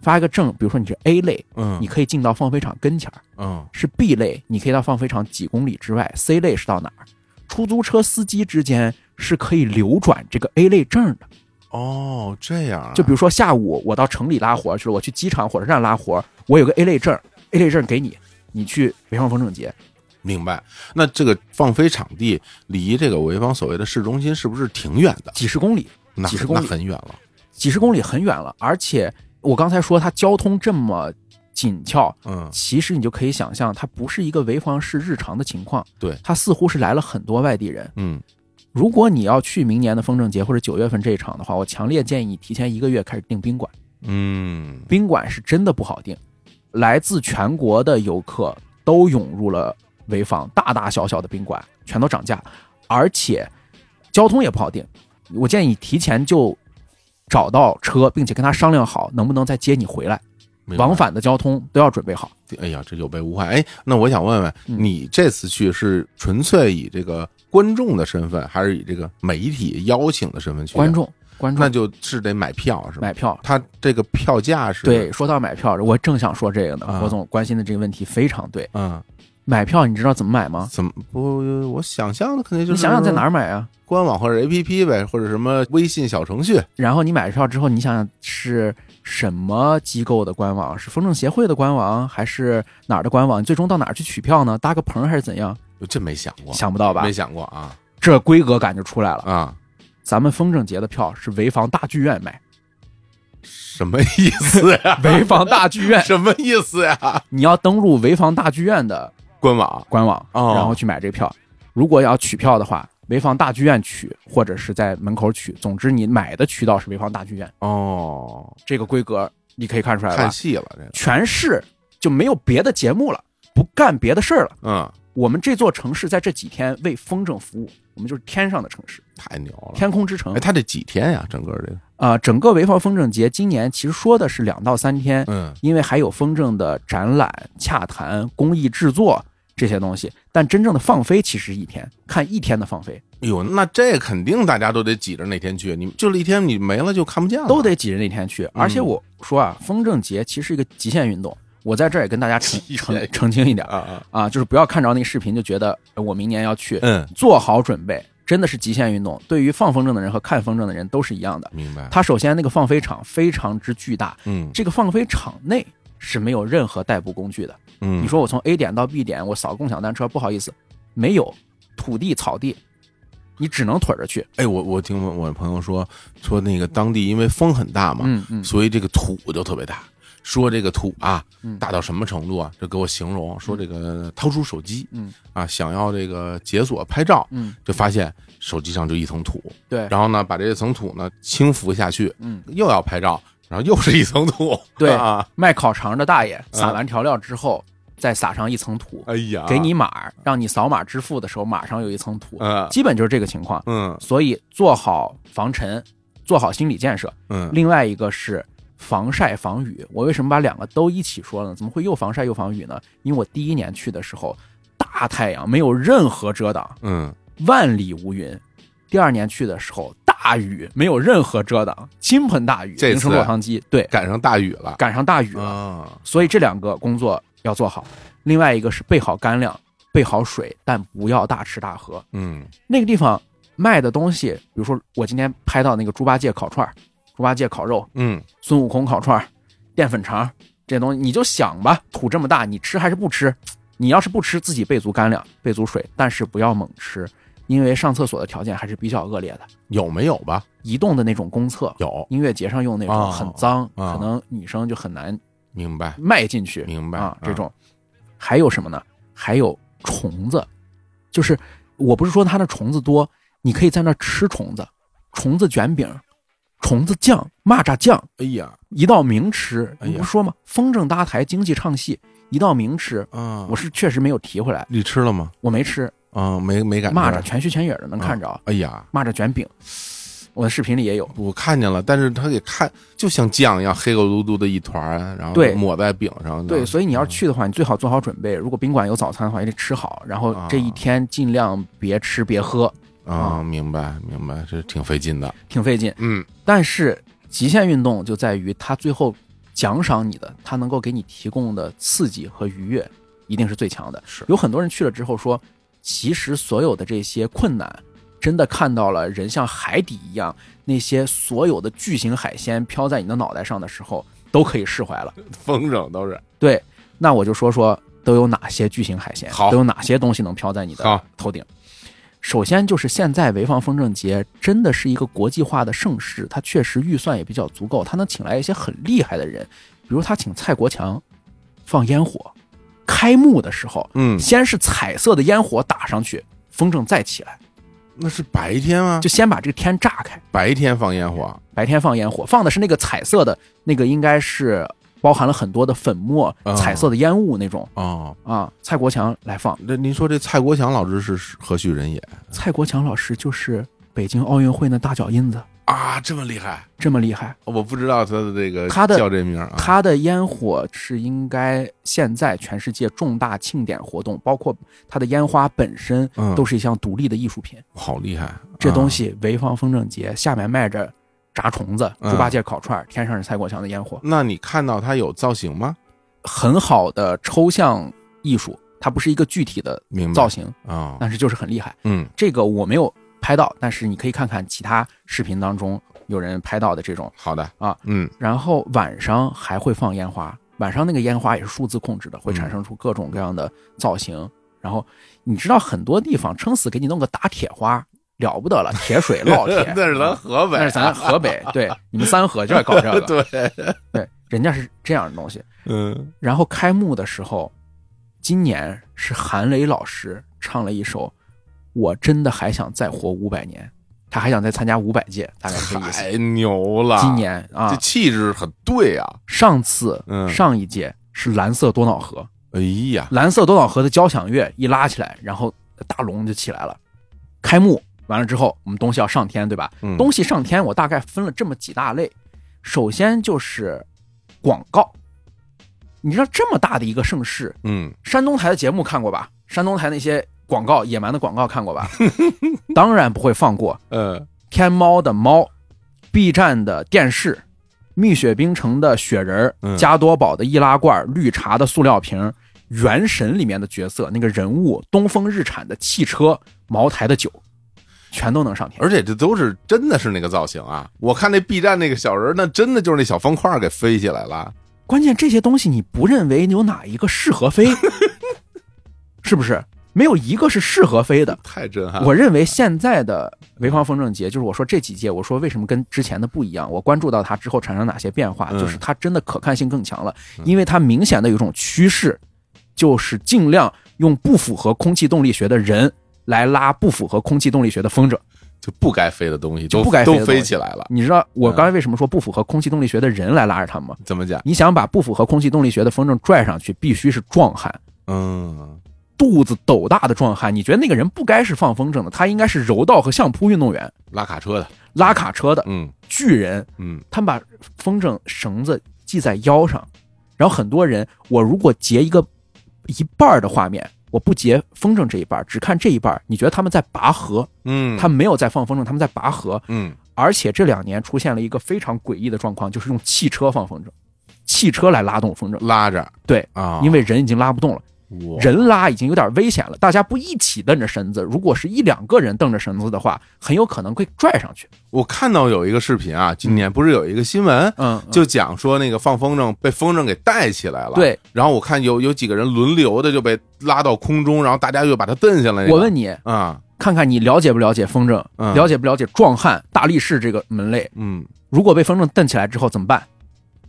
Speaker 2: 发一个证，比如说你是 A 类，
Speaker 1: 嗯，
Speaker 2: 你可以进到放飞场跟前儿；
Speaker 1: 嗯
Speaker 2: 是 B 类，你可以到放飞场几公里之外；C 类是到哪儿？出租车司机之间是可以流转这个 A 类证的。
Speaker 1: 哦，这样啊，
Speaker 2: 就比如说下午我到城里拉活儿去了，我去机场、火车站拉活儿，我有个 A 类证儿，A 类证儿给你，你去潍坊风筝节。
Speaker 1: 明白。那这个放飞场地离这个潍坊所谓的市中心是不是挺远的？
Speaker 2: 几十公里，
Speaker 1: 那
Speaker 2: 几十公里
Speaker 1: 那很远了。
Speaker 2: 几十公里很远了。而且我刚才说它交通这么紧俏，
Speaker 1: 嗯，
Speaker 2: 其实你就可以想象，它不是一个潍坊市日常的情况。
Speaker 1: 对
Speaker 2: 它似乎是来了很多外地人。
Speaker 1: 嗯，
Speaker 2: 如果你要去明年的风筝节或者九月份这一场的话，我强烈建议你提前一个月开始订宾馆。
Speaker 1: 嗯，
Speaker 2: 宾馆是真的不好订，来自全国的游客都涌入了潍坊，大大小小的宾馆全都涨价，而且交通也不好订。我建议你提前就找到车，并且跟他商量好能不能再接你回来，
Speaker 1: 明白
Speaker 2: 往返的交通都要准备好。
Speaker 1: 哎呀，这有备无患。哎，那我想问问，
Speaker 2: 嗯
Speaker 1: 你这次去是纯粹以这个观众的身份，还是以这个媒体邀请的身份去的？啊
Speaker 2: 观众，观
Speaker 1: 那
Speaker 2: 众
Speaker 1: 就是得买票是吧？
Speaker 2: 买票。
Speaker 1: 他这个票价是
Speaker 2: 对，，说到买票，我正想说这个呢。
Speaker 1: 啊
Speaker 2: 火总关心的这个问题非常对。
Speaker 1: 嗯，
Speaker 2: 买票你知道怎么买吗？
Speaker 1: 怎么不？我想象的肯定就
Speaker 2: 你
Speaker 1: 是
Speaker 2: 想想在哪儿买啊？
Speaker 1: 官网或者 APP 呗，或者什么微信小程序。
Speaker 2: 然后你买票之后，你想想是什么机构的官网？是风筝协会的官网，还是哪儿的官网？你最终到哪儿去取票呢？搭个棚还是怎样？
Speaker 1: 我真没想过，
Speaker 2: 想不到吧
Speaker 1: 没？想过啊
Speaker 2: 这规格感就出来了。
Speaker 1: 啊！
Speaker 2: 咱们风筝节的票是潍坊大剧院买，
Speaker 1: 什么意思呀？
Speaker 2: 潍坊大剧院，
Speaker 1: 什么意思呀？
Speaker 2: 你 要登录潍坊大剧院的
Speaker 1: 官网
Speaker 2: 官网，
Speaker 1: 哦
Speaker 2: 然后去买这个票。如果要取票的话，潍坊大剧院取，或者是在门口取，总之你买的渠道是潍坊大剧院。
Speaker 1: 哦，
Speaker 2: 这个规格你可以看出来吧
Speaker 1: 看？戏了这个，
Speaker 2: 全市就没有别的节目了，不干别的事儿了。
Speaker 1: 嗯，
Speaker 2: 我们这座城市在这几天为风筝服务，我们就是天上的城市，
Speaker 1: 太牛了！
Speaker 2: 天空之城
Speaker 1: 哎，。他这几天呀？整个这个，
Speaker 2: 啊、整个潍坊风筝节今年其实说的是两到三天，
Speaker 1: 嗯，
Speaker 2: 因为还有风筝的展览、洽谈、工艺制作这些东西，但真正的放飞其实一天，看一天的放飞，
Speaker 1: 哎呦，那这肯定大家都得挤着那天去，你就是一天你没了就看不见了，
Speaker 2: 都得挤着那天去。而且我说啊，风筝节其实是一个极限运动，我在这儿也跟大家澄
Speaker 1: 极限运
Speaker 2: 澄
Speaker 1: 动
Speaker 2: 澄清一点
Speaker 1: 啊啊，
Speaker 2: 啊，就是不要看着那个视频就觉得呃我明年要去，
Speaker 1: 嗯，
Speaker 2: 做好准备，真的是极限运动。对于放风筝的人和看风筝的人都是一样的。
Speaker 1: 明白，
Speaker 2: 它首先那个放飞场非常之巨大，
Speaker 1: 嗯
Speaker 2: 这个放飞场内是没有任何代步工具的。
Speaker 1: 嗯，
Speaker 2: 你说我从 A 点到 B 点，我扫共享单车，不好意思，没有土地、草地，你只能腿着去。
Speaker 1: 哎，我我听我朋友说说那个当地因为风很大嘛，
Speaker 2: 嗯嗯，
Speaker 1: 所以这个土就特别大。说这个土啊
Speaker 2: 嗯，
Speaker 1: 大到什么程度啊？这给我形容，说这个掏出手机，
Speaker 2: 嗯
Speaker 1: 啊，想要这个解锁拍照，
Speaker 2: 嗯，
Speaker 1: 就发现手机上就一层土，
Speaker 2: 对
Speaker 1: 然后呢，把这一层土呢轻拂下去，
Speaker 2: 嗯，
Speaker 1: 又要拍照，然后又是一层土，
Speaker 2: 对
Speaker 1: 啊，
Speaker 2: 卖烤肠的大爷
Speaker 1: 嗯
Speaker 2: 撒完调料之后，再撒上一层土，
Speaker 1: 哎呀，
Speaker 2: 给你码儿，让你扫码支付的时候马上有一层土，
Speaker 1: 嗯，
Speaker 2: 基本就是这个情况。
Speaker 1: 嗯
Speaker 2: 所以做好防尘，做好心理建设。
Speaker 1: 嗯
Speaker 2: 另外一个是防晒防雨。我为什么把两个都一起说了呢？怎么会又防晒又防雨呢？因为我第一年去的时候，大太阳没有任何遮挡，
Speaker 1: 嗯，
Speaker 2: 万里无云；第二年去的时候，大雨没有任何遮挡，倾盆大雨，
Speaker 1: 这次
Speaker 2: 淋成落汤鸡。对，
Speaker 1: 赶上大雨了，
Speaker 2: 赶上大雨了，
Speaker 1: 啊，
Speaker 2: 所以这两个工作要做好。另外一个是备好干粮，备好水，但不要大吃大喝。
Speaker 1: 嗯
Speaker 2: 那个地方卖的东西，比如说我今天拍到那个猪八戒烤串儿、猪八戒烤肉、
Speaker 1: 嗯
Speaker 2: 孙悟空烤串儿、淀粉肠儿这些东西，你就想吧，土这么大，你吃还是不吃？你要是不吃，自己备足干粮、备足水，但是不要猛吃，因为上厕所的条件还是比较恶劣的。
Speaker 1: 有没有吧？
Speaker 2: 移动的那种公厕，
Speaker 1: 有，
Speaker 2: 音乐节上用那
Speaker 1: 啊
Speaker 2: 种很脏，
Speaker 1: 啊
Speaker 2: 可能女生就很难
Speaker 1: 明白
Speaker 2: 迈进去。
Speaker 1: 明白嗯
Speaker 2: 啊，这种。还有什么呢？还有虫子，就是我不是说它的虫子多，你可以在那儿吃虫子，虫子卷饼、虫子酱、蚂蚱酱，
Speaker 1: 哎呀，
Speaker 2: 一道名吃。
Speaker 1: 哎
Speaker 2: 你
Speaker 1: 呀
Speaker 2: 不是说吗？风筝搭台，经济唱戏，一道名吃。
Speaker 1: 啊，
Speaker 2: 我是确实没有提回来，
Speaker 1: 你吃了吗？
Speaker 2: 我没吃
Speaker 1: 啊，没没感觉
Speaker 2: 蚂蚱，全虚全影的能看着，
Speaker 1: 哎呀，
Speaker 2: 蚂蚱卷饼，我的视频里也有。
Speaker 1: 我看见了，但是它给看就像酱一样黑咕嘟嘟的一团，然后
Speaker 2: 对
Speaker 1: 抹在饼上。
Speaker 2: 对，所以你要
Speaker 1: 嗯
Speaker 2: 去的话，你最好做好准备。如果宾馆有早餐的话，也得吃好，然后这一
Speaker 1: 啊
Speaker 2: 天尽量别吃别喝，
Speaker 1: 啊，明白明白，这挺费劲的。
Speaker 2: 挺费劲。
Speaker 1: 嗯
Speaker 2: 但是极限运动就在于它最后奖赏你的，它能够给你提供的刺激和愉悦，一定是最强的。
Speaker 1: 是
Speaker 2: 有很多人去了之后说，其实所有的这些困难，真的看到了人像海底一样，那些所有的巨型海鲜飘在你的脑袋上的时候，都可以释怀了。
Speaker 1: 风筝都是
Speaker 2: 对，那我就说说都有哪些巨型海鲜，
Speaker 1: 好
Speaker 2: 都有哪些东西能飘在 你的
Speaker 1: 好
Speaker 2: 头顶。首先就是现在潍坊风筝节真的是一个国际化的盛事，它确实预算也比较足够，它能请来一些很厉害的人，比如他请蔡国强放烟火，开幕的时候，
Speaker 1: 嗯，
Speaker 2: 先是彩色的烟火打上去，风筝再起来，
Speaker 1: 那是白天吗？
Speaker 2: 就先把这个天炸开。
Speaker 1: 白天放烟火
Speaker 2: 白天放烟火，放的是那个彩色的，那个应该是包含了很多的粉末、
Speaker 1: 哦
Speaker 2: 彩色的烟雾那种。
Speaker 1: 哦。
Speaker 2: 啊，蔡国强来放。
Speaker 1: 这您说这蔡国强老师是何许人也
Speaker 2: 蔡国强老师就是北京奥运会那大脚印子，
Speaker 1: 啊？这么厉害？
Speaker 2: 这么厉害。
Speaker 1: 我不知道他的这个
Speaker 2: 他的
Speaker 1: 叫这名儿啊，
Speaker 2: 他的烟火是应该现在全世界重大庆典活动，包括他的烟花本身
Speaker 1: 嗯啊
Speaker 2: 都是一项独立的艺术品。
Speaker 1: 好厉害！
Speaker 2: 这东
Speaker 1: 西
Speaker 2: 西潍坊风筝节下面卖着炸虫子、
Speaker 1: 嗯
Speaker 2: 猪八戒烤串儿，天上是蔡国强的烟火，
Speaker 1: 那你看到它有造型吗？
Speaker 2: 很好的抽象艺术，它不是一个具体的
Speaker 1: 明白
Speaker 2: 造型，
Speaker 1: 啊，
Speaker 2: 但是就是很厉害。
Speaker 1: 嗯
Speaker 2: 这个我没有拍到，但是你可以看看其他视频当中有人拍到的这种。
Speaker 1: 好的
Speaker 2: 啊，
Speaker 1: 嗯
Speaker 2: 然后晚上还会放烟花，晚上那个烟花也是数字控制的，会产生出各种各样的造型。然后你知道很多地方撑死给你弄个打铁花，了不得了，铁水 烙铁，
Speaker 1: 那是咱河北，
Speaker 2: 嗯那是咱河北，对，你们三河就爱搞这个，
Speaker 1: 对，
Speaker 2: 对，人家是这样的东西。
Speaker 1: 嗯
Speaker 2: 然后开幕的时候，今年是韩磊老师唱了一首《我真的还想再活五百年》，他还想再参加五百届，大概是这意思。
Speaker 1: 太牛了！
Speaker 2: 今年啊
Speaker 1: 这，气质很对啊！
Speaker 2: 上次
Speaker 1: 嗯
Speaker 2: 上一届是蓝色多瑙河，
Speaker 1: 哎呀，
Speaker 2: 呃蓝色多瑙河的交响乐一拉起来，然后大龙就起来了。开幕完了之后，我们东西要上天，对吧？
Speaker 1: 嗯
Speaker 2: 东西上天，我大概分了这么几大类。首先就是广告，你知道这么大的一个盛世，
Speaker 1: 嗯
Speaker 2: 山东台的节目看过吧？山东台那些广告、野蛮的广告 看过吧？当然不会放过
Speaker 1: 呃
Speaker 2: 天猫的猫，B 站的电视，蜜雪冰城的雪人儿
Speaker 1: 嗯
Speaker 2: 加多宝的易拉罐，绿茶的塑料瓶儿，原神里面的角色那个人物，东风日产的汽车，茅台的酒，全都能上天。
Speaker 1: 而且这都是真的是那个造型啊！我看那 B 站那个小人儿，那真的就是那小方块儿给飞起来了。
Speaker 2: 关键这些东西你不认为有哪一个适合 飞，是不是？没有一个是适合飞的。
Speaker 1: 太震撼了！
Speaker 2: 我认为现在的潍坊风筝节，就是我说这几届，我说为什么跟之前的不一样？我关注到它之后产生哪些变化，
Speaker 1: 嗯
Speaker 2: 就是它真的可看性更强了，
Speaker 1: 嗯
Speaker 2: 因为它明显的有一种趋势，就是尽量用不符合空气动力学的人来拉不符合空气动力学的风筝。
Speaker 1: 就不该飞的东西都
Speaker 2: 就不该飞
Speaker 1: 都
Speaker 2: 的东西
Speaker 1: 飞
Speaker 2: 嗯
Speaker 1: 起来了，
Speaker 2: 你知道我刚才为什么说不符合空气动力学的人来拉着他们吗？
Speaker 1: 怎么讲？
Speaker 2: 你想把不符合空气动力学的风筝拽上去，必须是壮汉。
Speaker 1: 嗯，
Speaker 2: 肚子斗大的壮汉，你觉得那个人不该是放风筝的，他应该是柔道和相扑运动员、
Speaker 1: 拉卡车的，
Speaker 2: 拉卡车的
Speaker 1: 嗯
Speaker 2: 巨人，
Speaker 1: 嗯
Speaker 2: 他们把风筝绳子系在腰上，然后很多人，我如果截一个一半儿的画面，我不截风筝这一半儿，只看这一半儿，你觉得他们在拔河？
Speaker 1: 嗯，
Speaker 2: 他们没有在放风筝，他们在拔河。
Speaker 1: 嗯
Speaker 2: 而且这两年出现了一个非常诡异的状况，就是用汽车放风筝，汽车来拉动风筝，
Speaker 1: 拉着
Speaker 2: 对
Speaker 1: 啊，
Speaker 2: 因为人已经拉不动了，
Speaker 1: 我
Speaker 2: 人拉已经有点危险了。大家不一起蹬着绳子，如果是一两个人蹬着绳子的话，很有可能会拽上去。
Speaker 1: 我看到有一个视频啊，今年不是有一个新闻，
Speaker 2: 嗯，
Speaker 1: 就讲说那个放风筝被风筝给带起来了，
Speaker 2: 对。
Speaker 1: 然后我看有有几个人轮流的就被拉到空中，然后大家又把它蹬下来那个。
Speaker 2: 我问你，
Speaker 1: 啊，
Speaker 2: 看看你了解不了解风筝，
Speaker 1: 嗯
Speaker 2: 了解不了解壮汉、大力士这个门类。
Speaker 1: 嗯，
Speaker 2: 如果被风筝蹬起来之后怎么办？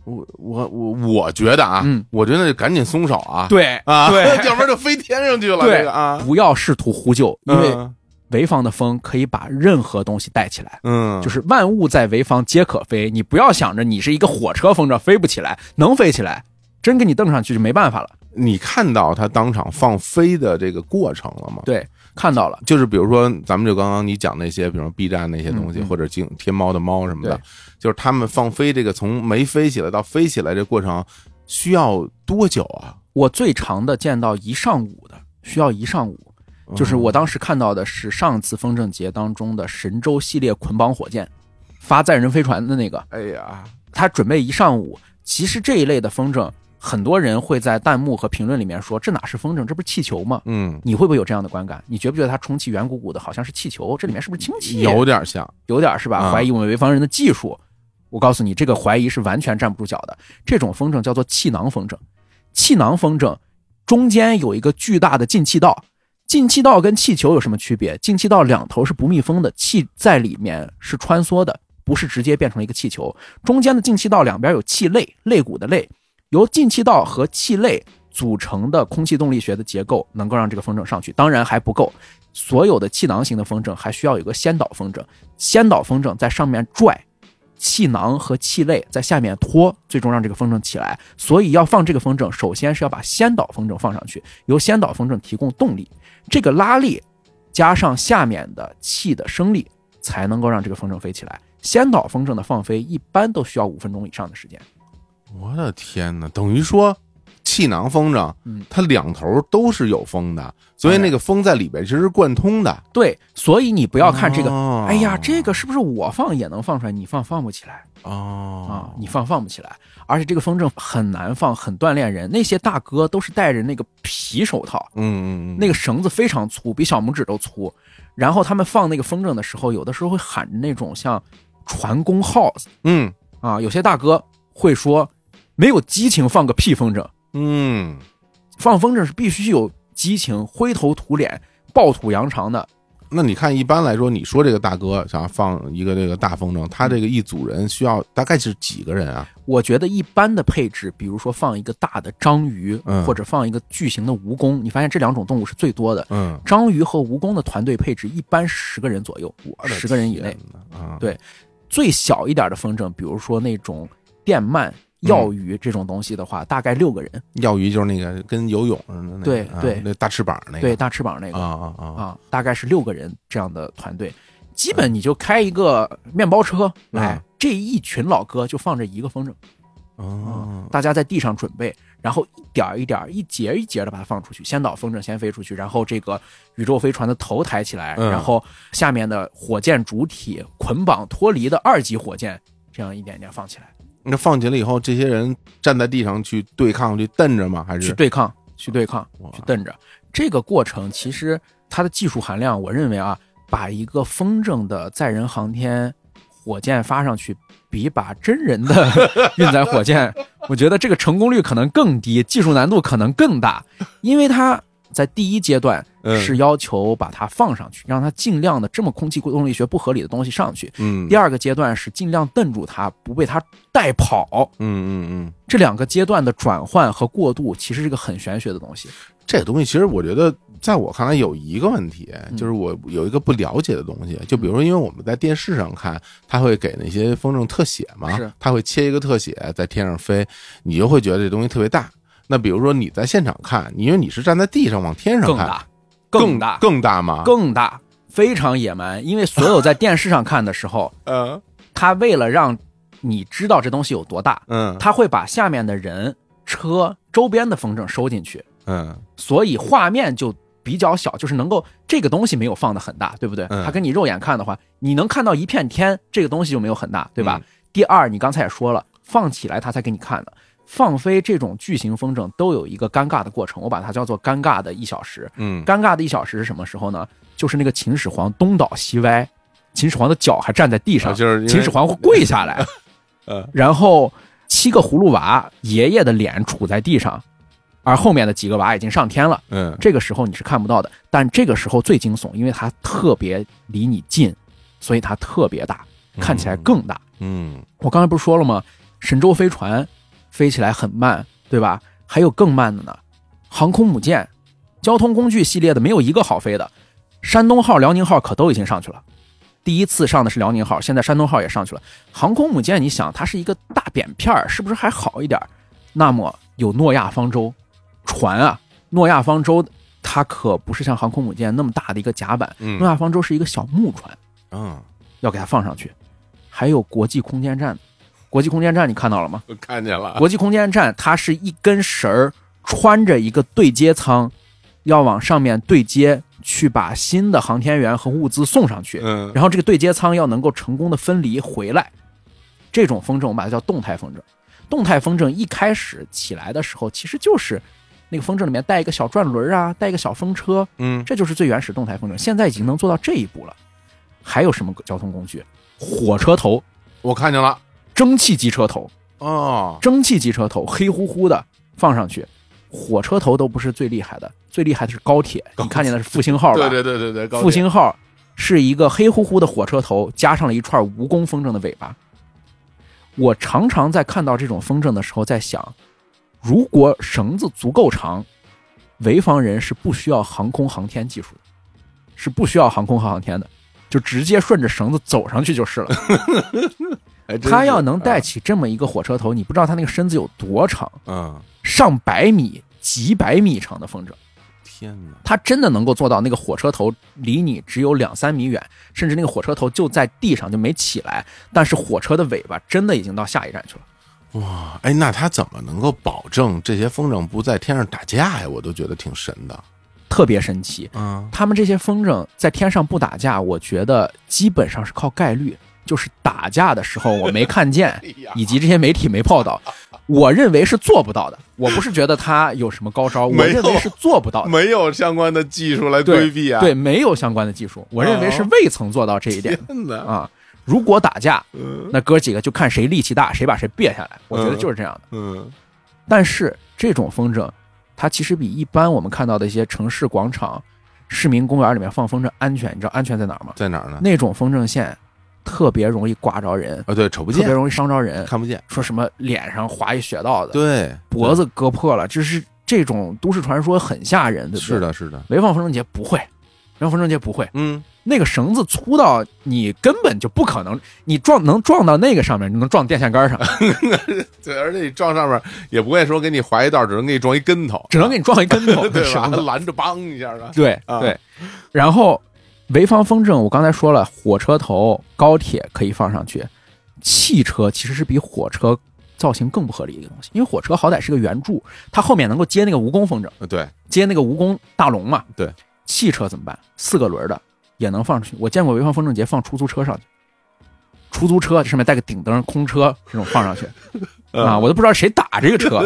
Speaker 1: 我我我我觉得啊，
Speaker 2: 嗯
Speaker 1: 我觉得那就赶紧松手啊，
Speaker 2: 对
Speaker 1: 啊，
Speaker 2: 对
Speaker 1: 要不然就飞天上去了，
Speaker 2: 对
Speaker 1: 这个啊，
Speaker 2: 不要试图呼救，因为
Speaker 1: 嗯
Speaker 2: 潍坊的风可以把任何东西带起来。
Speaker 1: 嗯，
Speaker 2: 就是万物在潍坊皆可飞，你不要想着你是一个火车风筝飞不起来，能飞起来，真给你蹬上去就没办法了。
Speaker 1: 你看到他当场放飞的这个过程了吗？
Speaker 2: 对，看到了，
Speaker 1: 就是比如说，咱们就刚刚你讲那些，比如说 B 站那些东西，
Speaker 2: 嗯嗯
Speaker 1: 或者经天猫的猫什么的
Speaker 2: 对，
Speaker 1: 就是他们放飞这个从没飞起来到飞起来这过程需要多久啊？
Speaker 2: 我最长的见到一上午的，需要一上午。就是我当时看到的是上次风筝节当中的神舟系列捆绑火箭，发载人飞船的那个，
Speaker 1: 哎呀，
Speaker 2: 他准备一上午。其实这一类的风筝，很多人会在弹幕和评论里面说：“这哪是风筝，这不是气球吗
Speaker 1: 嗯？”，
Speaker 2: 你会不会有这样的观感？你觉不觉得它充气圆鼓鼓的，好像是气球？这里面是不是氢气？
Speaker 1: 有点像，
Speaker 2: 有点是吧？
Speaker 1: 啊
Speaker 2: 怀疑我们潍坊人的技术。我告诉你，这个怀疑是完全站不住脚的。这种风筝叫做气囊风筝，气囊风筝中间有一个巨大的进气道。进气道跟气球有什么区别？进气道两头是不密封的，气在里面是穿梭的，不是直接变成了一个气球。中间的进气道两边有气肋，肋骨的肋，由进气道和气肋组成的空气动力学的结构，能够让这个风筝上去。当然还不够，所有的气囊型的风筝还需要有个先导风筝，先导风筝在上面拽，气囊和气肋在下面拖，最终让这个风筝起来。所以要放这个风筝，首先是要把先导风筝放上去，由先导风筝提供动力，这个拉力加上下面的气的升力，才能够让这个风筝飞起来。先导风筝的放飞一般都需要五分钟以上的时间。
Speaker 1: 我的天哪！等于说气囊风筝
Speaker 2: 嗯，哎
Speaker 1: 它两头都是有风的，所以那个风在里边其实是贯通的。
Speaker 2: 对，所以你不
Speaker 1: 不
Speaker 2: 要看这个，
Speaker 1: 哦、
Speaker 2: 哎呀，这个是不是我放也能放出来？你放放不起来。啊
Speaker 1: 哦，，
Speaker 2: 你放放不起来，而且这个风筝很难放，很锻炼人。那些大哥都是戴着那个皮手套，
Speaker 1: 嗯嗯嗯，
Speaker 2: 那个绳子非常粗，比小拇指都粗。然后他们放那个风筝的时候，有的时候会喊着那种像船工号
Speaker 1: 嗯
Speaker 2: 啊，有些大哥会说没有激情放个屁风筝，
Speaker 1: 嗯
Speaker 2: 放风筝是必须有激情，灰头土脸、暴土扬长的。
Speaker 1: 那你看，一般来说，你说这个大哥想要放一个这个大风筝，他这个一组人需要大概是几个人啊？
Speaker 2: 我觉得一般的配置，比如说放一个大的章鱼，
Speaker 1: 嗯
Speaker 2: 或者放一个巨型的蜈蚣，你发现这两种动物是最多的。
Speaker 1: 嗯，
Speaker 2: 章鱼和蜈蚣的团队配置一般十个人左右，
Speaker 1: 我的
Speaker 2: 十个人以内。
Speaker 1: 天哪啊，
Speaker 2: 对最小一点的风筝，比如说那种电鳗、药鱼这种东西的话，大概六个人，
Speaker 1: 钓鱼就是那个跟游泳似的那个，
Speaker 2: 对
Speaker 1: 啊
Speaker 2: 对
Speaker 1: 那大翅膀那个，
Speaker 2: 对，大翅膀那
Speaker 1: 啊
Speaker 2: 个
Speaker 1: 啊啊，
Speaker 2: 啊，大概是六个人这样的团队。基本你就开一个面包车，
Speaker 1: 嗯
Speaker 2: 哎，这一群老哥就放着一个风筝，
Speaker 1: 哦，
Speaker 2: 大家在地上准备，然后一点儿一点儿、一节一节的把它放出去，先导风筝先飞出去，然后这个宇宙飞船的头抬起来，
Speaker 1: 嗯
Speaker 2: 然后下面的火箭主体捆绑脱离的二级火箭，这样一点一点放起来，
Speaker 1: 那放起来以后，这些人站在地上去对抗、去蹬着吗？还
Speaker 2: 去
Speaker 1: 是
Speaker 2: 对抗，去对抗，
Speaker 1: 哇
Speaker 2: 去蹬着。这个过程其实它的技术含量，我认为啊，把一个风筝的载人航天火箭发上去，比把真人的 运载火箭，我觉得这个成功率可能更低，技术难度可能更大，因为它在第一阶段
Speaker 1: 嗯
Speaker 2: 是要求把它放上去，让它尽量的这么空气动力学不合理的东西上去。
Speaker 1: 嗯，
Speaker 2: 第
Speaker 1: 二，
Speaker 2: 二个阶段是尽量蹬住它，不被它带跑。
Speaker 1: 嗯嗯嗯，
Speaker 2: 这两个阶段的转换和过渡，其实是个很玄学的东西。
Speaker 1: 这个东西其实我觉得，在我看来有一个问题，
Speaker 2: 嗯
Speaker 1: 就是我有一个不了解的东西，就比如说，因为我们在电视上看，他会给那些风筝特写嘛
Speaker 2: 是，
Speaker 1: 他会切一个特写在天上飞，你就会觉得这东西特别大。那比如说你在现场看，因为你是站在地上往天上
Speaker 2: 更
Speaker 1: 看，
Speaker 2: 大，
Speaker 1: 更
Speaker 2: 大，
Speaker 1: 更大吗？
Speaker 2: 更大，非常野蛮。因为所有在电视上看的时候，
Speaker 1: 呃
Speaker 2: 他为了让你知道这东西有多大，
Speaker 1: 嗯
Speaker 2: 他会把下面的人、车、周边的风筝收进去，
Speaker 1: 嗯
Speaker 2: 所以画面就比较小，就是能够这个东西没有放的很大，对不对？
Speaker 1: 嗯
Speaker 2: 它跟你肉眼看的话，你能看到一片天，这个东西就没有很大，对吧？
Speaker 1: 嗯
Speaker 2: 第二，你刚才也说了，放起来它才给你看的。放飞这种巨型风筝都有一个尴尬的过程，我把它叫做尴尬的一小时。
Speaker 1: 嗯
Speaker 2: 尴尬的一小时是什么时候呢？就是那个秦始皇东倒西歪，秦始皇的脚还站在地上，
Speaker 1: 啊就是因为
Speaker 2: 秦始皇会跪 下来，
Speaker 1: 呃
Speaker 2: 然后七个葫芦娃爷爷的脸杵在地上，而后面的几个娃已经上天了。
Speaker 1: 嗯
Speaker 2: 这个时候你是看不到的，但这个时候最惊悚，因为它特别离你近，所以它特别大，看起来更大。
Speaker 1: 嗯
Speaker 2: 我刚才不是说了吗？神舟飞船飞起来很慢，对吧？还有更慢的呢，航空母舰、交通工具系列的没有一个好飞的。山东号、辽宁号可都已经上去了，第一次上的是辽宁号，现在山东号也上去了。航空母舰，你想它是一个大扁片儿，是不是还好一点儿？那么有诺亚方舟船啊，诺亚方舟它可不是像航空母舰那么大的一个甲板，
Speaker 1: 嗯
Speaker 2: 诺亚方舟是一个小木船。
Speaker 1: 嗯，
Speaker 2: 要给它放上去。还有国际空间站，国际空间站你看到了吗？
Speaker 1: 我看见了，
Speaker 2: 国际空间站它是一根绳儿穿着一个对接舱，要往上面对接，去把新的航天员和物资送上去。
Speaker 1: 嗯
Speaker 2: 然后这个对接舱要能够成功的分离回来。这种风筝我们把它叫动态风筝。动态风筝一开始起来的时候，其实就是那个风筝里面带一个小转轮啊，带一个小风车，
Speaker 1: 嗯
Speaker 2: 这就是最原始动态风筝。现在已经能做到这一步了。还有什么交通工具？火车头、
Speaker 1: 我看见了
Speaker 2: 蒸汽机车头、
Speaker 1: 哦，
Speaker 2: 蒸汽机车头，黑乎乎的放上去。火车头都不是最厉害的，最厉害的是高铁。
Speaker 1: 高铁
Speaker 2: 你看见的是复兴号吧？
Speaker 1: 对对对对对，高铁
Speaker 2: 复兴号是一个黑乎乎的火车头，加上了一串蜈蚣风筝的尾巴。我常常在看到这种风筝的时候，在想，如果绳子足够长，潍坊人是不需要航空航天技术的，是不需要航空航天的，就直接顺着绳子走上去就是了。
Speaker 1: 还真
Speaker 2: 他
Speaker 1: 是
Speaker 2: 要能带
Speaker 1: 啊
Speaker 2: 起这么一个火车头，你不知道他那个身子有多长，
Speaker 1: 嗯，
Speaker 2: 上百米、几百米长的风筝。
Speaker 1: 天哪，
Speaker 2: 他真的能够做到那个火车头离你只有两三米远，甚至那个火车头就在地上就没起来，但是火车的尾巴真的已经到下一站去了。
Speaker 1: 哇，哎，那他怎么能够保证这些风筝不在天上打架呀？我都觉得挺神的。
Speaker 2: 特别神奇，
Speaker 1: 嗯
Speaker 2: 他们这些风筝在天上不打架，我觉得基本上是靠概率，就是打架的时候我没看见
Speaker 1: 哎呀，
Speaker 2: 以及这些媒体没报道，我认为是做不到的。我不是觉得他有什么高招，我
Speaker 1: 没有
Speaker 2: 认为是做不到的。
Speaker 1: 没有相关的技术来
Speaker 2: 对
Speaker 1: 规避啊。
Speaker 2: 对，，没有相关的技术，我认为是
Speaker 1: 哦
Speaker 2: 未曾做到这一点的。
Speaker 1: 天哪，嗯
Speaker 2: 啊。如果打架，那哥几个就看谁力气大，谁把谁别下来。我觉得就是这样的。
Speaker 1: 嗯
Speaker 2: 但是这种风筝，它其实比一般我们看到的一些城市广场、市民公园里面放风筝安全。你知道安全在哪儿吗？
Speaker 1: 在哪儿呢？
Speaker 2: 那种风筝线特别容易刮着人，
Speaker 1: 啊，对，瞅不
Speaker 2: 特别
Speaker 1: 见，
Speaker 2: 容易伤着人。
Speaker 1: 看不见。
Speaker 2: 说什么脸上划一血道的，
Speaker 1: 对，
Speaker 2: 脖子割破了，就是这种都市传说很吓人，对不对？
Speaker 1: 是，的，是的，
Speaker 2: 潍坊风筝节不会，潍坊风筝节不会。
Speaker 1: 嗯，
Speaker 2: 那个绳子粗到你根本就不可能，你撞能撞到那个上面，你能撞电线杆上，
Speaker 1: 对，而且你撞上面也不会说给你划一道，只能给你撞一跟头，
Speaker 2: 只能给你撞一跟头，
Speaker 1: 对吧？
Speaker 2: 绳子
Speaker 1: 拦着梆一下的，
Speaker 2: 对
Speaker 1: 啊
Speaker 2: 对，然后潍坊风筝，我刚才说了，火车头、高铁可以放上去，汽车其实是比火车造型更不合理的一个东西，因为火车好歹是个圆柱，它后面能够接那个蜈蚣风筝，
Speaker 1: 呃对，
Speaker 2: 接那个蜈蚣大龙嘛。
Speaker 1: 对，
Speaker 2: 汽车怎么办？四个轮儿的也能放出去，我见过潍坊风筝节放出租车上去，出租车上面带个顶灯，空车这种放上去
Speaker 1: 嗯
Speaker 2: 啊，我都不知道谁打这个车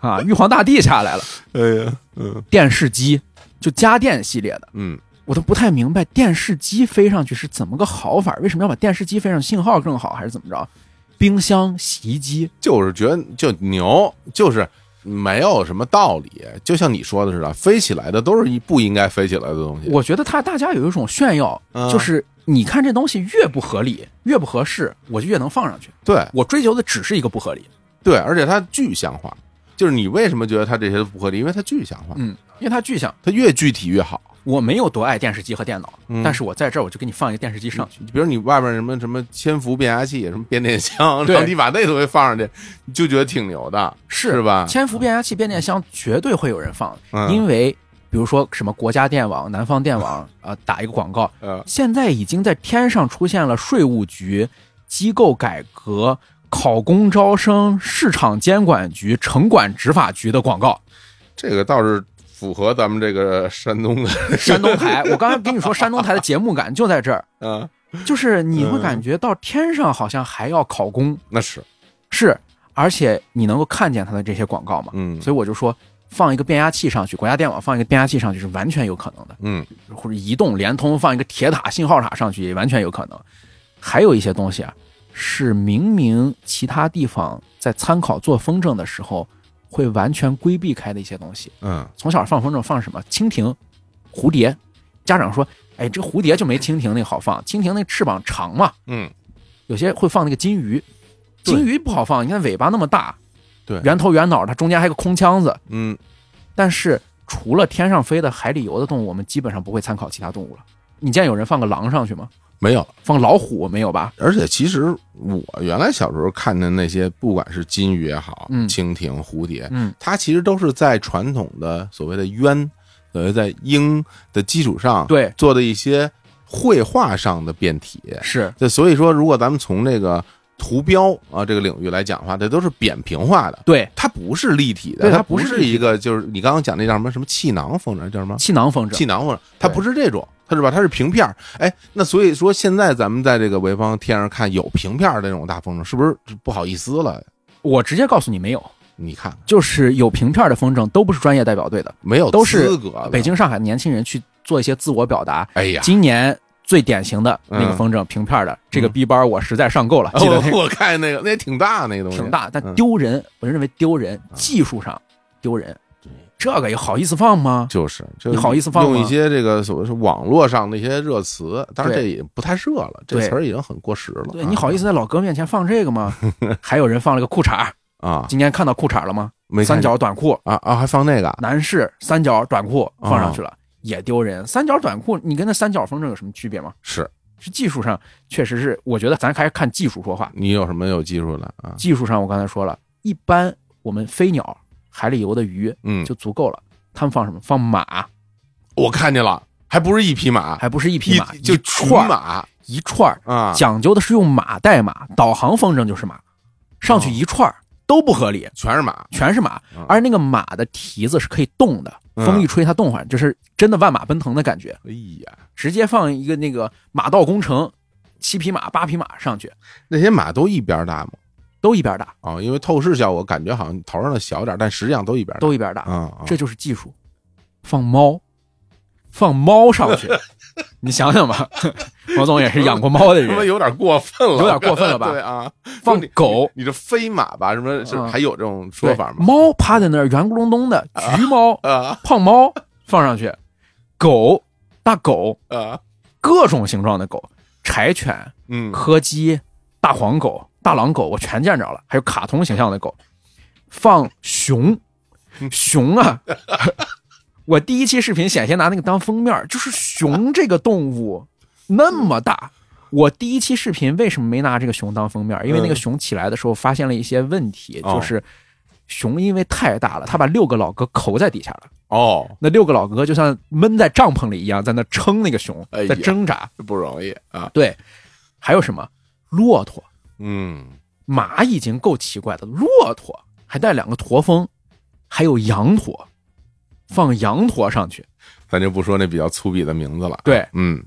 Speaker 2: 啊，玉皇大帝下来了，
Speaker 1: 哎呀，嗯
Speaker 2: 电视机就家电系列的。
Speaker 1: 嗯，
Speaker 2: 我都不太明白电视机飞上去是怎么个好法儿，为什么要把电视机飞上去？信号更好还是怎么着？冰箱、洗衣机，
Speaker 1: 就是觉得就牛，就是没有什么道理，就像你说的似的，飞起来的都是一不应该飞起来的东西。
Speaker 2: 我觉得他大家有一种炫耀，
Speaker 1: 嗯
Speaker 2: 就是你看这东西越不合理、越不合适，我就越能放上去。
Speaker 1: 对
Speaker 2: 我追求的只是一个不合理，
Speaker 1: 对，而且它具象化，就是你为什么觉得它这些都不合理？因为它具象化，
Speaker 2: 嗯，因为它具象。
Speaker 1: 它越具体越好。
Speaker 2: 我没有多爱电视机和电脑，
Speaker 1: 嗯
Speaker 2: 但是我在这儿我就给你放一个电视机上去，
Speaker 1: 比如你外边什么什么千伏变压器、什么变电箱，
Speaker 2: 对
Speaker 1: 然后你把那东西放上去，你就觉得挺牛的，
Speaker 2: 是
Speaker 1: 是吧？
Speaker 2: 千伏变压器、变电箱绝对会有人放的，
Speaker 1: 嗯
Speaker 2: 因为比如说什么国家电网、南方电 网啊、呃打一个广告，
Speaker 1: 呃，
Speaker 2: 现在已经在天上出现了税务局、机构改革、考公招生、市场监管局、城管执法局的广告。
Speaker 1: 这个倒是符合咱们这个山东的，
Speaker 2: 山东台，我刚才跟你说，山东台的节目感就在这儿，
Speaker 1: 嗯，
Speaker 2: 就是你会感觉到天上好像还要考公，
Speaker 1: 那是，
Speaker 2: 是，而且你能够看见它的这些广告嘛？
Speaker 1: 嗯
Speaker 2: 所以我就说，放一个变压器上去，国家电网放一个变压器上去是完全有可能的。
Speaker 1: 嗯，
Speaker 2: 或者移动、联通放一个铁塔、信号塔上去也完全有可能。还有一些东西啊，是明明其他地方在参考做风筝的时候会完全规避开的一些东西。
Speaker 1: 嗯，
Speaker 2: 从小放风筝放什么？蜻蜓、蝴蝶。家长说：“哎，这蝴蝶就没蜻蜓那好放，蜻蜓那翅膀长嘛。
Speaker 1: 嗯，”
Speaker 2: 有些会放那个金鱼，
Speaker 1: 对
Speaker 2: 金鱼不好放，你看尾巴那么大，
Speaker 1: 对
Speaker 2: 圆头圆脑，它中间还有个空腔子。
Speaker 1: 嗯，
Speaker 2: 但是除了天上飞的、海里游的动物，我们基本上不会参考其他动物了。你见有人放个狼上去吗？
Speaker 1: 没有。
Speaker 2: 放老虎没有吧？
Speaker 1: 而且其实我原来小时候看的那些，不管是金鱼也好，
Speaker 2: 嗯
Speaker 1: 蜻蜓、蝴蝶，
Speaker 2: 嗯，
Speaker 1: 它其实都是在传统的所谓的鸳，所谓在鹰的基础上，
Speaker 2: 对，
Speaker 1: 做的一些绘画上的变体。
Speaker 2: 是
Speaker 1: 这所以说，如果咱们从这个图标啊这个领域来讲的话，这都是扁平化的，
Speaker 2: 对
Speaker 1: 它不是立体的，
Speaker 2: 对
Speaker 1: 它
Speaker 2: 它不是
Speaker 1: 是一个就是你刚刚讲那叫什么什么气囊风筝，叫什么
Speaker 2: 气囊风筝。
Speaker 1: 气囊风筝，它
Speaker 2: 对
Speaker 1: 不是这种，它是吧？它是平片儿。哎，那所以说现在咱们在这个潍坊天上看有平片儿的那种大风筝，是不是不好意思了？
Speaker 2: 我直接告诉你，没有，
Speaker 1: 你看
Speaker 2: 就是有平片的风筝都不是专业代表队的，
Speaker 1: 没有
Speaker 2: 都是
Speaker 1: 资格的
Speaker 2: 北。京、上海的年轻人去做一些自我表达。
Speaker 1: 哎呀，
Speaker 2: 今年最典型的那个
Speaker 1: 嗯
Speaker 2: 风筝，平片的这个
Speaker 1: 嗯
Speaker 2: B 班，我实在上够了，记得 那个
Speaker 1: 我我看那个那也挺大那个东西，
Speaker 2: 挺大，但
Speaker 1: 嗯
Speaker 2: 丢人，我认为丢人，技术上丢人，这个也好意思放吗？
Speaker 1: 就是，就
Speaker 2: 你好意思放吗
Speaker 1: 用一些这个所谓是网络上的一些热词，当然这
Speaker 2: 对
Speaker 1: 也不太热了，这
Speaker 2: 对
Speaker 1: 词儿已经很过时了啊。
Speaker 2: 对你好意思在老哥面前放这 个吗？还有人放了个裤衩儿，
Speaker 1: 啊？
Speaker 2: 今天看到裤衩了吗？
Speaker 1: 没看
Speaker 2: 三
Speaker 1: 见
Speaker 2: 角短裤，
Speaker 1: 啊啊，还放那个？
Speaker 2: 男士三角短裤放上去
Speaker 1: 啊
Speaker 2: 了，也丢人。三角短裤，你跟那三角风筝有什么区别吗？
Speaker 1: 是
Speaker 2: 是技术上，确实是，我觉得咱还是看技术说话。
Speaker 1: 你有什么有技术的啊？
Speaker 2: 技术上，我刚才说了，一般我们飞鸟、海里游的鱼
Speaker 1: 嗯，
Speaker 2: 就足够了。他们放什么？放马，
Speaker 1: 我看见了，还不是一匹马，
Speaker 2: 还不是一匹马，
Speaker 1: 一就
Speaker 2: 一
Speaker 1: 群
Speaker 2: 串儿
Speaker 1: 马
Speaker 2: 一串儿，
Speaker 1: 啊，
Speaker 2: 讲究的是用马带马。导航风筝就是马，上
Speaker 1: 哦
Speaker 2: 去一串儿都不合理。
Speaker 1: 全是马，
Speaker 2: 全是马
Speaker 1: 嗯，
Speaker 2: 而那个马的蹄子是可以动的，
Speaker 1: 嗯
Speaker 2: 风一吹它动会儿，就是真的万马奔腾的感觉。
Speaker 1: 哎呀，
Speaker 2: 直接放一个那个马到工程，七匹马、八匹马上去，
Speaker 1: 那些马都一边大吗？
Speaker 2: 都一边大，
Speaker 1: 啊，因为透视效果感觉好像头上的小点儿，但实际上都一边大
Speaker 2: 都一边大，
Speaker 1: 啊，啊
Speaker 2: 这就是技术。放猫，放猫上 去，你想想吧， 毛总也是养过猫的
Speaker 1: 他妈
Speaker 2: 人。
Speaker 1: 有点过分了，
Speaker 2: 有点过分了 吧
Speaker 1: 对啊，
Speaker 2: 放狗，
Speaker 1: 你这飞马吧，什么是
Speaker 2: 嗯
Speaker 1: 还有这种说
Speaker 2: 对
Speaker 1: 法，吗？
Speaker 2: 猫趴在那儿圆咕隆咚的，橘猫、
Speaker 1: 啊
Speaker 2: 胖猫放上去，狗、大狗，
Speaker 1: 啊，
Speaker 2: 各种形状的狗，柴犬、
Speaker 1: 嗯，
Speaker 2: 柯基、大黄狗、大狼狗，我全见着了，还有卡通形象的狗，放熊，
Speaker 1: 嗯
Speaker 2: 熊啊！ 我第一期视频险些拿那个当封面，就是熊这个动物那么大。我第一期视频为什么没拿这个熊当封面？因为那个熊起来的时候发现了一些问题，
Speaker 1: 嗯哦
Speaker 2: 就是熊因为太大了，它把六个老哥扣在底下了。
Speaker 1: 哦，
Speaker 2: 那六个老哥就像闷在帐篷里一样，在那撑那个熊
Speaker 1: 哎，呀
Speaker 2: 在挣扎。
Speaker 1: 不容易啊，
Speaker 2: 对，还有什么？骆驼、
Speaker 1: 嗯，
Speaker 2: 马已经够奇怪的，骆驼还带两个驼峰，还有羊驼，放羊驼上去。
Speaker 1: 咱就不说那比较粗鄙的名字了，
Speaker 2: 对，
Speaker 1: 嗯，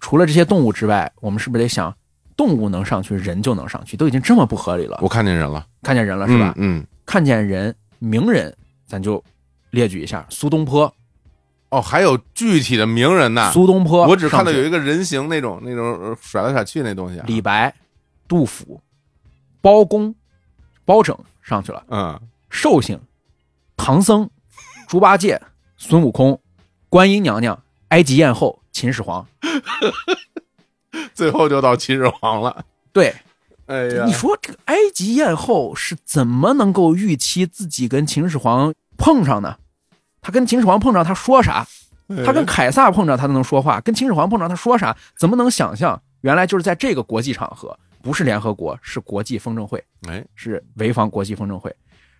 Speaker 2: 除了这些动物之外，我们是不是得想，动物能上去，人就能上去？都已经这么不合理了，
Speaker 1: 我看见人了，
Speaker 2: 看见人了是吧？
Speaker 1: 嗯，嗯
Speaker 2: 看见人，名人，咱就列举一下：苏东坡，
Speaker 1: 哦，还有具体的名人呐，
Speaker 2: 苏东坡，
Speaker 1: 啊我只看到有
Speaker 2: 上
Speaker 1: 一个人形那种那种呃甩来甩去那东西啊，
Speaker 2: 去李白、杜甫、包公、包拯上去了，
Speaker 1: 嗯，
Speaker 2: 寿星、唐僧、猪八戒、孙悟空、观音娘娘、埃及艳后、秦始皇。
Speaker 1: 最后就到秦始皇了，
Speaker 2: 对，
Speaker 1: 哎呀
Speaker 2: 你，说这个埃及艳后是怎么能够预期自己跟秦始皇碰上呢？他跟秦始皇碰上，他说啥？
Speaker 1: 哎
Speaker 2: 他跟凯撒碰着他都能说话，跟秦始皇碰着他说啥？怎么能想象？原来就是在这个国际场合，不是联合国，是国际风筝会，
Speaker 1: 哎，
Speaker 2: 是潍坊国际风筝会。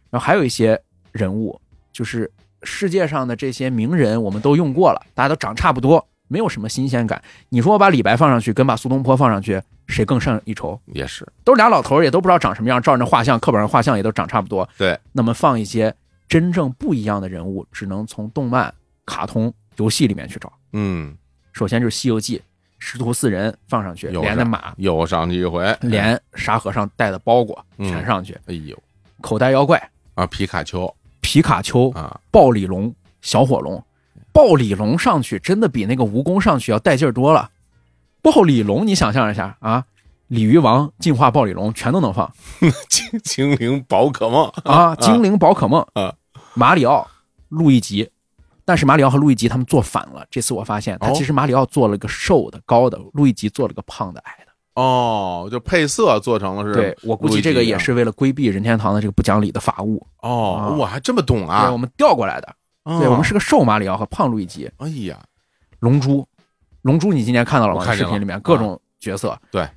Speaker 2: 然后还有一些人物，就是世界上的这些名人，我们都用过了，大家都长差不多，没有什么新鲜感。你说我把李白放上去，跟把苏东坡放上去，谁更胜一筹？
Speaker 1: 也是，
Speaker 2: 都是俩老头儿，也都不知道长什么样，照着那画像，课本上画像也都长差不多。
Speaker 1: 对，
Speaker 2: 那么放一些真正不一样的人物，只能从动漫、卡通、游戏里面去找。
Speaker 1: 嗯，
Speaker 2: 首先就是《西游记》，师徒四人放上去，
Speaker 1: 有
Speaker 2: 连着
Speaker 1: 上
Speaker 2: 马，
Speaker 1: 又上去一回，
Speaker 2: 连沙和尚带的包裹
Speaker 1: 嗯
Speaker 2: 全上去，
Speaker 1: 哎呦
Speaker 2: 口袋妖怪、
Speaker 1: 啊，皮卡丘
Speaker 2: 皮卡丘、
Speaker 1: 啊，
Speaker 2: 暴鲤龙、小火龙。暴鲤龙上去真的比那个蜈蚣上去要带劲儿多了。暴鲤龙，你想象一下啊，鲤鱼王进化暴鲤龙全都能 放。
Speaker 1: 精精灵宝可梦，
Speaker 2: 啊，精灵宝可梦
Speaker 1: 啊，
Speaker 2: 马里奥、路易吉，但是马里奥和路易吉他们做反了。这次我发现，他
Speaker 1: 哦
Speaker 2: 其实马里奥做了个瘦的、高的，路易吉做了个胖的、矮的。
Speaker 1: 哦，就配色做成了是，
Speaker 2: 对我估计
Speaker 1: 啊
Speaker 2: 这个也是为了规避任天堂的这个不讲理的法务啊
Speaker 1: 哦，我还这么懂
Speaker 2: 对，
Speaker 1: 啊
Speaker 2: 我，们调过来的。对
Speaker 1: 哦
Speaker 2: 我们，是个瘦马里奥和胖路易吉。
Speaker 1: 哎呀，
Speaker 2: 龙珠，龙珠你今年看到了
Speaker 1: 我
Speaker 2: 吗？
Speaker 1: 看见
Speaker 2: 视
Speaker 1: 了啊
Speaker 2: 频里面各种角色，
Speaker 1: 对，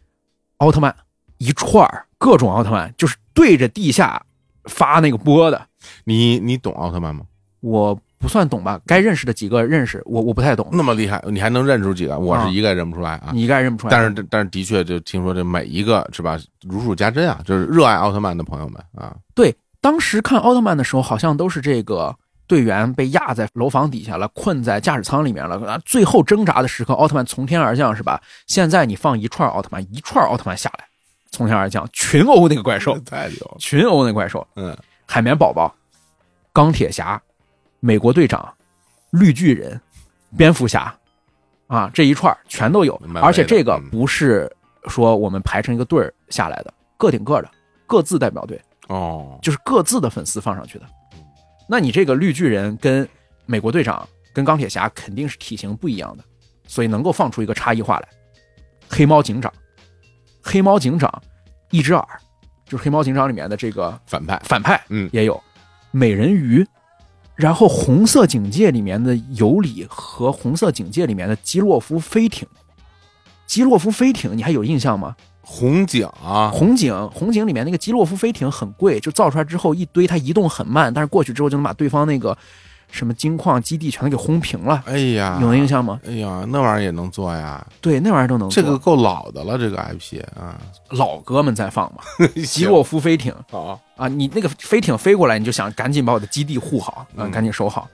Speaker 2: 奥特曼一串儿各种奥特曼，就是对着地下发那个波的。
Speaker 1: 你你懂奥特曼吗？
Speaker 2: 我不算懂吧，该认识的几个认识，我我不太懂。
Speaker 1: 那么厉害，你还能认出几个？我是一个也认不出来啊。
Speaker 2: 你应该认不出来。
Speaker 1: 但是，但是的确，就听说这每一个是吧，如数家珍啊，就是热爱奥特曼的朋友们啊，
Speaker 2: 对当时看奥特曼的时候，好像都是这个队员被压在楼房底下了，困在驾驶舱里面了，啊，最后挣扎的时刻，奥特曼从天而降，是吧？现在你放一串奥特曼，一串奥特曼下来，从天而降，群殴那个怪兽，
Speaker 1: 太牛了，
Speaker 2: 群殴那怪兽，
Speaker 1: 嗯，
Speaker 2: 海绵宝宝、钢铁侠、美国队长、绿巨人、蝙蝠侠，啊，这一串儿全都有
Speaker 1: 蛮美，的
Speaker 2: 而且这个
Speaker 1: 嗯
Speaker 2: 不是说我们排成一个队儿下来的，个顶个的，各自代表队。
Speaker 1: 哦，
Speaker 2: 就是各自的粉丝放上去的。那你这个绿巨人跟美国队长、跟钢铁侠肯定是体型不一样的，所以能够放出一个差异化来。黑猫警长，黑猫警长，一只耳，就是黑猫警长里面的这个
Speaker 1: 反派，
Speaker 2: 反派，
Speaker 1: 嗯
Speaker 2: 也有美人鱼，然后红色警戒里面的尤里和红色警戒里面的基洛夫飞艇。基洛夫飞艇，你还有印象吗？
Speaker 1: 红警啊，
Speaker 2: 红警，红警里面那个基洛夫飞艇很贵，就造出来之后一堆，它移动很慢，但是过去之后就能把对方那个什么金矿基地全都给轰平了，
Speaker 1: 哎呀，
Speaker 2: 有印象吗？
Speaker 1: 哎呀，那玩意儿也能做呀，
Speaker 2: 对，那玩意儿都能
Speaker 1: 这
Speaker 2: 做
Speaker 1: 个够老的了，这个 IP 啊，
Speaker 2: 老哥们在放嘛， 基
Speaker 1: 行
Speaker 2: 洛夫飞艇
Speaker 1: 好，
Speaker 2: 啊，你那个飞艇飞过来，你就想赶紧把我的基地护好，啊，
Speaker 1: 嗯
Speaker 2: 赶紧守好。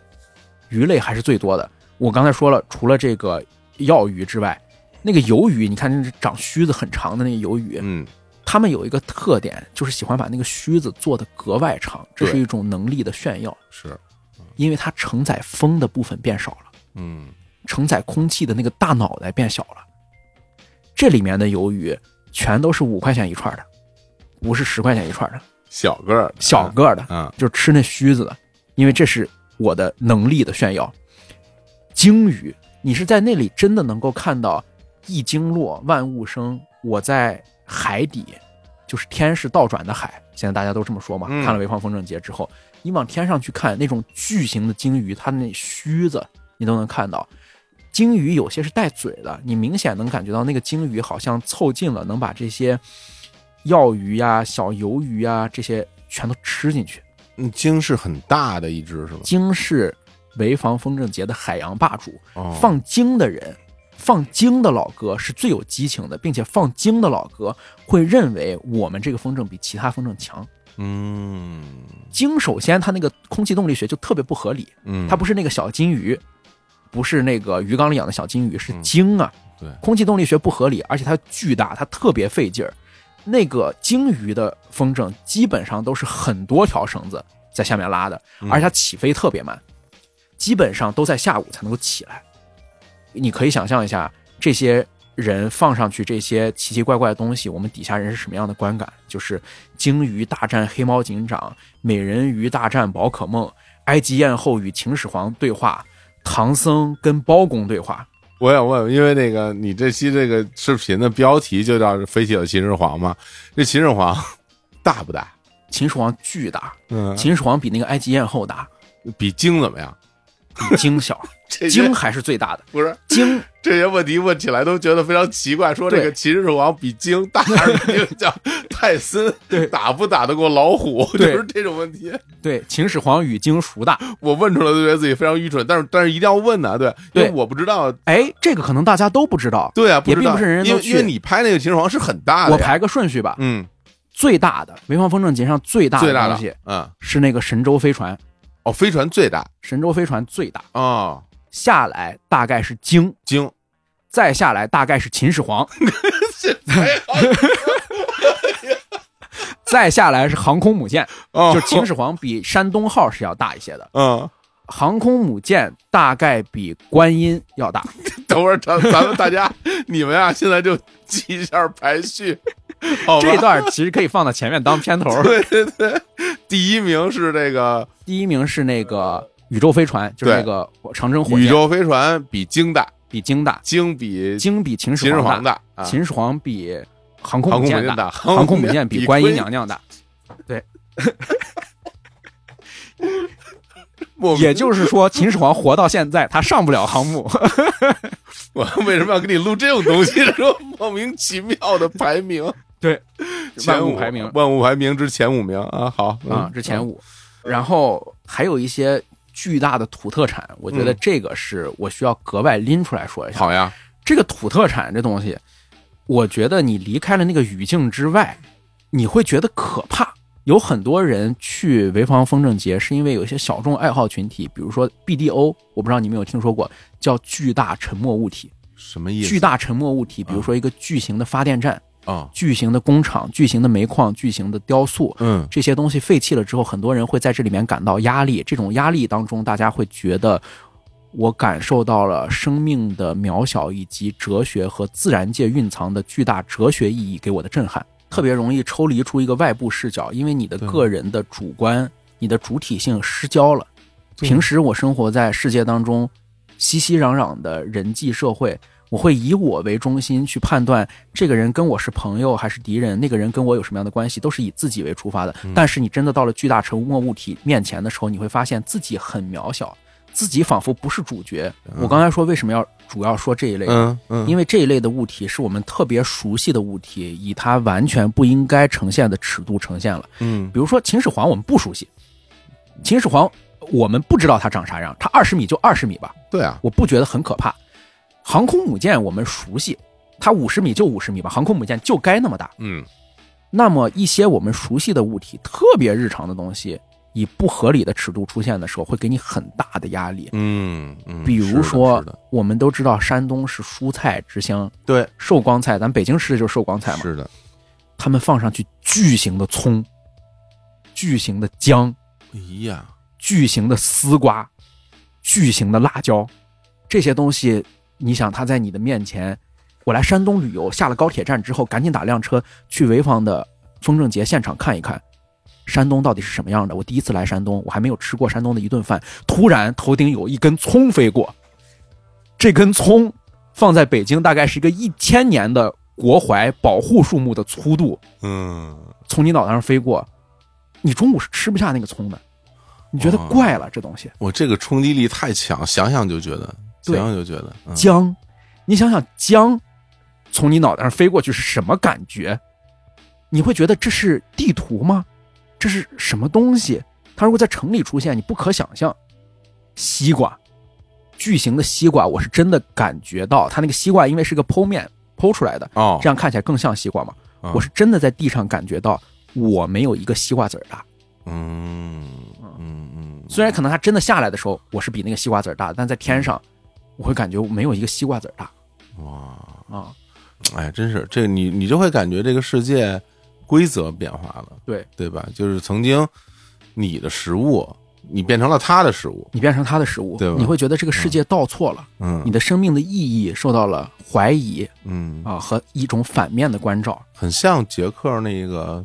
Speaker 2: 鱼类还是最多的，我刚才说了，除了这个药鱼之外，那个鱿鱼，你看那是长须子很长的那个鱿鱼，
Speaker 1: 嗯，
Speaker 2: 他们有一个特点，就是喜欢把那个须子做得格外长，这是
Speaker 1: 对
Speaker 2: 一种能力的炫耀，
Speaker 1: 是，
Speaker 2: 因为它承载风的部分变少了，
Speaker 1: 嗯，
Speaker 2: 承载空气的那个大脑袋变小了。这里面的鱿鱼全都是五块钱一串的，不是十块钱一串的，
Speaker 1: 小个儿，
Speaker 2: 小个儿的，嗯
Speaker 1: 啊，
Speaker 2: 就是吃那须子的，因为这是我的能力的炫耀。鲸鱼，你是在那里真的能够看到一鲸落万物生，我在海底，就是天是倒转的海，现在大家都这么说嘛。
Speaker 1: 嗯
Speaker 2: 看了潍坊风筝节之后，你往天上去看那种巨型的鲸鱼，它那须子你都能看到。鲸鱼有些是带嘴的，你明显能感觉到那个鲸鱼好像凑近了，能把这些药鱼呀、小鱿鱼呀这些全都吃进去。
Speaker 1: 嗯京是很大的一支是吧？
Speaker 2: 京是潍坊风筝节的海洋霸主，
Speaker 1: 哦，
Speaker 2: 放京的人，放京的老哥是最有激情的，并且放京的老哥会认为我们这个风筝比其他风筝强。
Speaker 1: 嗯
Speaker 2: 京首先它那个空气动力学就特别不合理，
Speaker 1: 嗯，
Speaker 2: 它不是那个小金鱼，不是那个鱼缸里养的小金鱼，是
Speaker 1: 嗯
Speaker 2: 鲸啊。
Speaker 1: 对
Speaker 2: 空气动力学不合理，而且它巨大，它特别费劲儿。那个鲸鱼的风筝基本上都是很多条绳子在下面拉的，
Speaker 1: 嗯
Speaker 2: 而且它起飞特别慢，基本上都在下午才能够起来。你可以想象一下，这些人放上去这些奇奇怪怪的东西，我们底下人是什么样的观感？就是鲸鱼大战黑猫警长，美人鱼大战宝可梦，埃及艳后与秦始皇对话，唐僧跟包公对话，
Speaker 1: 我想问，因为那个你这期这个视频的标题就叫《飞起了秦始皇》嘛，这秦始皇大不大？
Speaker 2: 秦始皇巨大，
Speaker 1: 嗯，
Speaker 2: 秦始皇比那个埃及艳后大，
Speaker 1: 比京怎么样？
Speaker 2: 比 鲸小，
Speaker 1: 这些
Speaker 2: 鲸还是最大的。
Speaker 1: 不是
Speaker 2: 鲸
Speaker 1: 这些问题问起来都觉得非常奇怪，说这个
Speaker 2: 对
Speaker 1: 秦始皇比京大，比叫泰森
Speaker 2: 对
Speaker 1: 打不打得过老虎，就
Speaker 2: 对
Speaker 1: 是这种问题。
Speaker 2: 对秦始皇与鲸孰大？
Speaker 1: 我问出来都觉得自己非常愚蠢，但是但是一定要问呐、对，因为
Speaker 2: 对
Speaker 1: 我不知道，
Speaker 2: 哎，这个可能大家都不知道，
Speaker 1: 对啊，不
Speaker 2: 也
Speaker 1: 知道，
Speaker 2: 并不是人人都
Speaker 1: 因为
Speaker 2: 去
Speaker 1: 因为你拍那个秦始皇是很大的呀，
Speaker 2: 我排个顺序吧。
Speaker 1: 嗯
Speaker 2: 最大的潍坊风筝节上最大
Speaker 1: 最
Speaker 2: 的
Speaker 1: 大
Speaker 2: 东
Speaker 1: 的
Speaker 2: 西
Speaker 1: 嗯
Speaker 2: 是那个神舟飞船，
Speaker 1: 哦飞船最大
Speaker 2: 神舟飞船最大，
Speaker 1: 哦
Speaker 2: 下来大概是鲸，
Speaker 1: 京
Speaker 2: 再下来大概是秦始皇，
Speaker 1: 这太好了
Speaker 2: 再下来是航空母舰，
Speaker 1: 哦
Speaker 2: 就是 秦始皇比山东号是要大一些的，
Speaker 1: 嗯，
Speaker 2: 航空母舰大概比观音要大。
Speaker 1: 等会儿咱咱们大家你们啊，现在就记一下排 序，好吧？
Speaker 2: 这段其实可以放到前面当片头。
Speaker 1: 对对对，第一名是这个
Speaker 2: 第一名是那个宇宙飞船，就是那个长征火
Speaker 1: 宇
Speaker 2: 箭，
Speaker 1: 宙飞船比京大，
Speaker 2: 比鲸大，
Speaker 1: 京比
Speaker 2: 鲸比秦
Speaker 1: 秦
Speaker 2: 始
Speaker 1: 始
Speaker 2: 皇
Speaker 1: 皇
Speaker 2: 大，
Speaker 1: 大，啊
Speaker 2: 秦始皇比航空
Speaker 1: 航
Speaker 2: 母
Speaker 1: 空母
Speaker 2: 舰
Speaker 1: 舰
Speaker 2: 大，
Speaker 1: 大，嗯
Speaker 2: 航
Speaker 1: 航
Speaker 2: 空母舰比观音
Speaker 1: 龟
Speaker 2: 娘娘大。
Speaker 1: 莫名
Speaker 2: 也就是说，秦始皇活到现在，他上不了航 母。
Speaker 1: 我为什么要给你录这种东西？说莫名其妙的排名，
Speaker 2: 对，
Speaker 1: 前
Speaker 2: 万
Speaker 1: 五
Speaker 2: 物排名
Speaker 1: 万物排名之前五名啊，好
Speaker 2: 啊，这前，五，然后还有一些巨大的土特产，我觉得
Speaker 1: 嗯
Speaker 2: 这个是我需要格外拎出来说一
Speaker 1: 嗯
Speaker 2: 下。
Speaker 1: 好呀，
Speaker 2: 这个土特产这东西，我觉得你离开了那个语境之外，你会觉得可怕。有很多人去潍坊风筝节，是因为有一些小众爱好群体，比如说 BDO，我不知道你们有听说过，叫巨大沉没物体。
Speaker 1: 什么意思？
Speaker 2: 巨大沉没物体，比如说一个巨型的发电站、
Speaker 1: 啊，
Speaker 2: 巨型的工厂、巨型的煤矿、巨型的雕塑，
Speaker 1: 嗯
Speaker 2: 这些东西废弃了之后，很多人会在这里面感到压力。这种压力当中，大家会觉得我感受到了生命的渺小，以及哲学和自然界蕴藏的巨大哲学意义给我的震撼，嗯特别容易抽离出一个外部视角，因为你的
Speaker 1: 对
Speaker 2: 个人的主观、你的主体性失焦了。平时我生活在世界当中熙熙攘攘的人际社会，我会以我为中心去判断这个人跟我是朋友还是敌人，那个人跟我有什么样的关系，都是以自己为出发的。但是你真的到了巨大沉没物体面前的时候，你会发现自己很渺小，自己仿佛不是主角。我刚才说为什么要主要说这一类，
Speaker 1: 嗯嗯，
Speaker 2: 因为这一类的物体是我们特别熟悉的物体，以它完全不应该呈现的尺度呈现了。
Speaker 1: 嗯
Speaker 2: 比如说秦始皇，我们不熟悉，秦始皇我们不知道他长啥样，他二十米就二十米吧，
Speaker 1: 对啊，
Speaker 2: 我不觉得很可怕。航空母舰我们熟悉，它五十米就五十米吧，航空母舰就该那么大。
Speaker 1: 嗯
Speaker 2: 那么一些我们熟悉的物体，特别日常的东西，以不合理的尺度出现的时候，会给你很大的压力。
Speaker 1: 嗯嗯，
Speaker 2: 比
Speaker 1: 是
Speaker 2: 如
Speaker 1: 的
Speaker 2: 说
Speaker 1: 是的，
Speaker 2: 我们都知道山东是蔬菜之乡，
Speaker 1: 对，
Speaker 2: 寿光菜，咱北京吃的就是寿光菜嘛。
Speaker 1: 是的，
Speaker 2: 他们放上去巨型的葱，巨型的姜，
Speaker 1: 哎呀，
Speaker 2: 巨型的丝瓜，巨型的辣椒，这些东西，你想它在你的面前，我来山东旅游，下了高铁站之后，赶紧打辆车去潍坊的风筝节现场看一看，山东到底是什么样的？我第一次来山东，我还没有吃过山东的一顿饭，突然头顶有一根葱飞过，这根葱放在北京大概是一个一千年的国槐保护树木的粗度，
Speaker 1: 嗯，
Speaker 2: 从你脑袋上飞过，你中午是吃不下那个葱的，你觉得
Speaker 1: 哦
Speaker 2: 怪了、这东西。
Speaker 1: 我这个冲击力太强，想想就觉得，想
Speaker 2: 对
Speaker 1: 想就觉得，嗯
Speaker 2: 姜，你想想姜从你脑袋上飞过去是什么感觉？你会觉得这是地图吗？这是什么东西？它如果在城里出现，你不可想象。西瓜，巨型的西瓜，我是真的感觉到它那个西瓜，因为是个剖面剖出来的，
Speaker 1: 哦，
Speaker 2: 这样看起来更像西瓜嘛。
Speaker 1: 嗯
Speaker 2: 我是真的在地上感觉到我没有一个西瓜籽儿大，
Speaker 1: 嗯嗯嗯，
Speaker 2: 虽然可能它真的下来的时候我是比那个西瓜籽儿大，但在天上我会感觉我没有一个西瓜籽儿大
Speaker 1: 嗯哇，
Speaker 2: 啊。
Speaker 1: 哎，真是这你你就会感觉这个世界规则变化了，
Speaker 2: 对
Speaker 1: 对吧？就是曾经你的食物，你变成了他的食物，
Speaker 2: 你变成它的食物
Speaker 1: 对吧，
Speaker 2: 你会觉得这个世界倒错了，
Speaker 1: 嗯，
Speaker 2: 你的生命的意义受到了怀疑
Speaker 1: 嗯，
Speaker 2: 啊和一种反面的关照。
Speaker 1: 很像捷克那个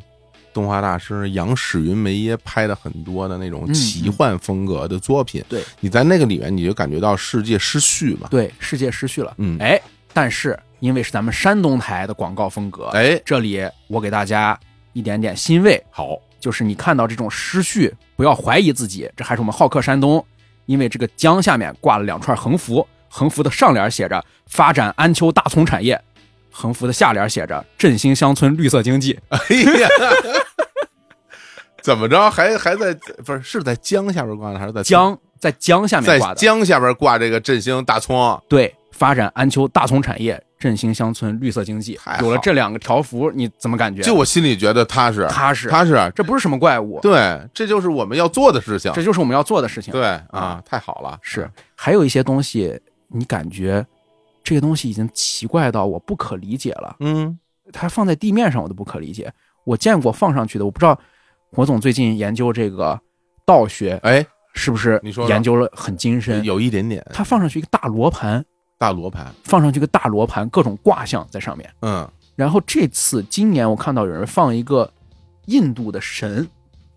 Speaker 1: 动画大师杨史云梅耶拍的很多的那种
Speaker 2: 嗯
Speaker 1: 奇幻风格的作品。
Speaker 2: 对
Speaker 1: 你在那个里面，你就感觉到世界失序嘛。
Speaker 2: 对，世界失序了。
Speaker 1: 嗯，
Speaker 2: 哎，但是因为是咱们山东台的广告风格，
Speaker 1: 哎，
Speaker 2: 这里我给大家一点点欣慰，
Speaker 1: 好，
Speaker 2: 就是你看到这种失序，不要怀疑自己，这还是我们好客山东，因为这个江下面挂了两串横幅，横幅的上联写着“发展安丘大葱产业”，横幅的下联写着“振兴乡村绿色经 济
Speaker 1: 哎呀。怎么着？还还在不是是在江下边挂的，还是在”。
Speaker 2: 江在江下面
Speaker 1: 在
Speaker 2: 挂的，
Speaker 1: 江下边挂这个振兴大葱？
Speaker 2: 对，发展安丘大葱产业，振兴乡村绿色经济
Speaker 1: 太。好
Speaker 2: 有了这两个条幅，你怎么感觉？
Speaker 1: 就我心里觉得踏实，
Speaker 2: 踏实，
Speaker 1: 踏实，
Speaker 2: 这不是什么怪物，
Speaker 1: 啊对，这就是我们要做的事情。
Speaker 2: 这就是我们要做的事情。
Speaker 1: 对啊，太好了，
Speaker 2: 是，还有一些东西，你感觉这个东西已经奇怪到我不可理解了。
Speaker 1: 嗯
Speaker 2: 它放在地面上我都不可理解。我见过放上去的，我不知道火总最近研究这个道学
Speaker 1: 哎，
Speaker 2: 是不是
Speaker 1: 你说说
Speaker 2: 研究了很精深？
Speaker 1: 有一点点
Speaker 2: 他放上去一个大罗盘，
Speaker 1: 大罗盘，
Speaker 2: 放上去一个大罗盘，各种卦象在上面。
Speaker 1: 嗯，
Speaker 2: 然后这次今年我看到有人放一个印度的神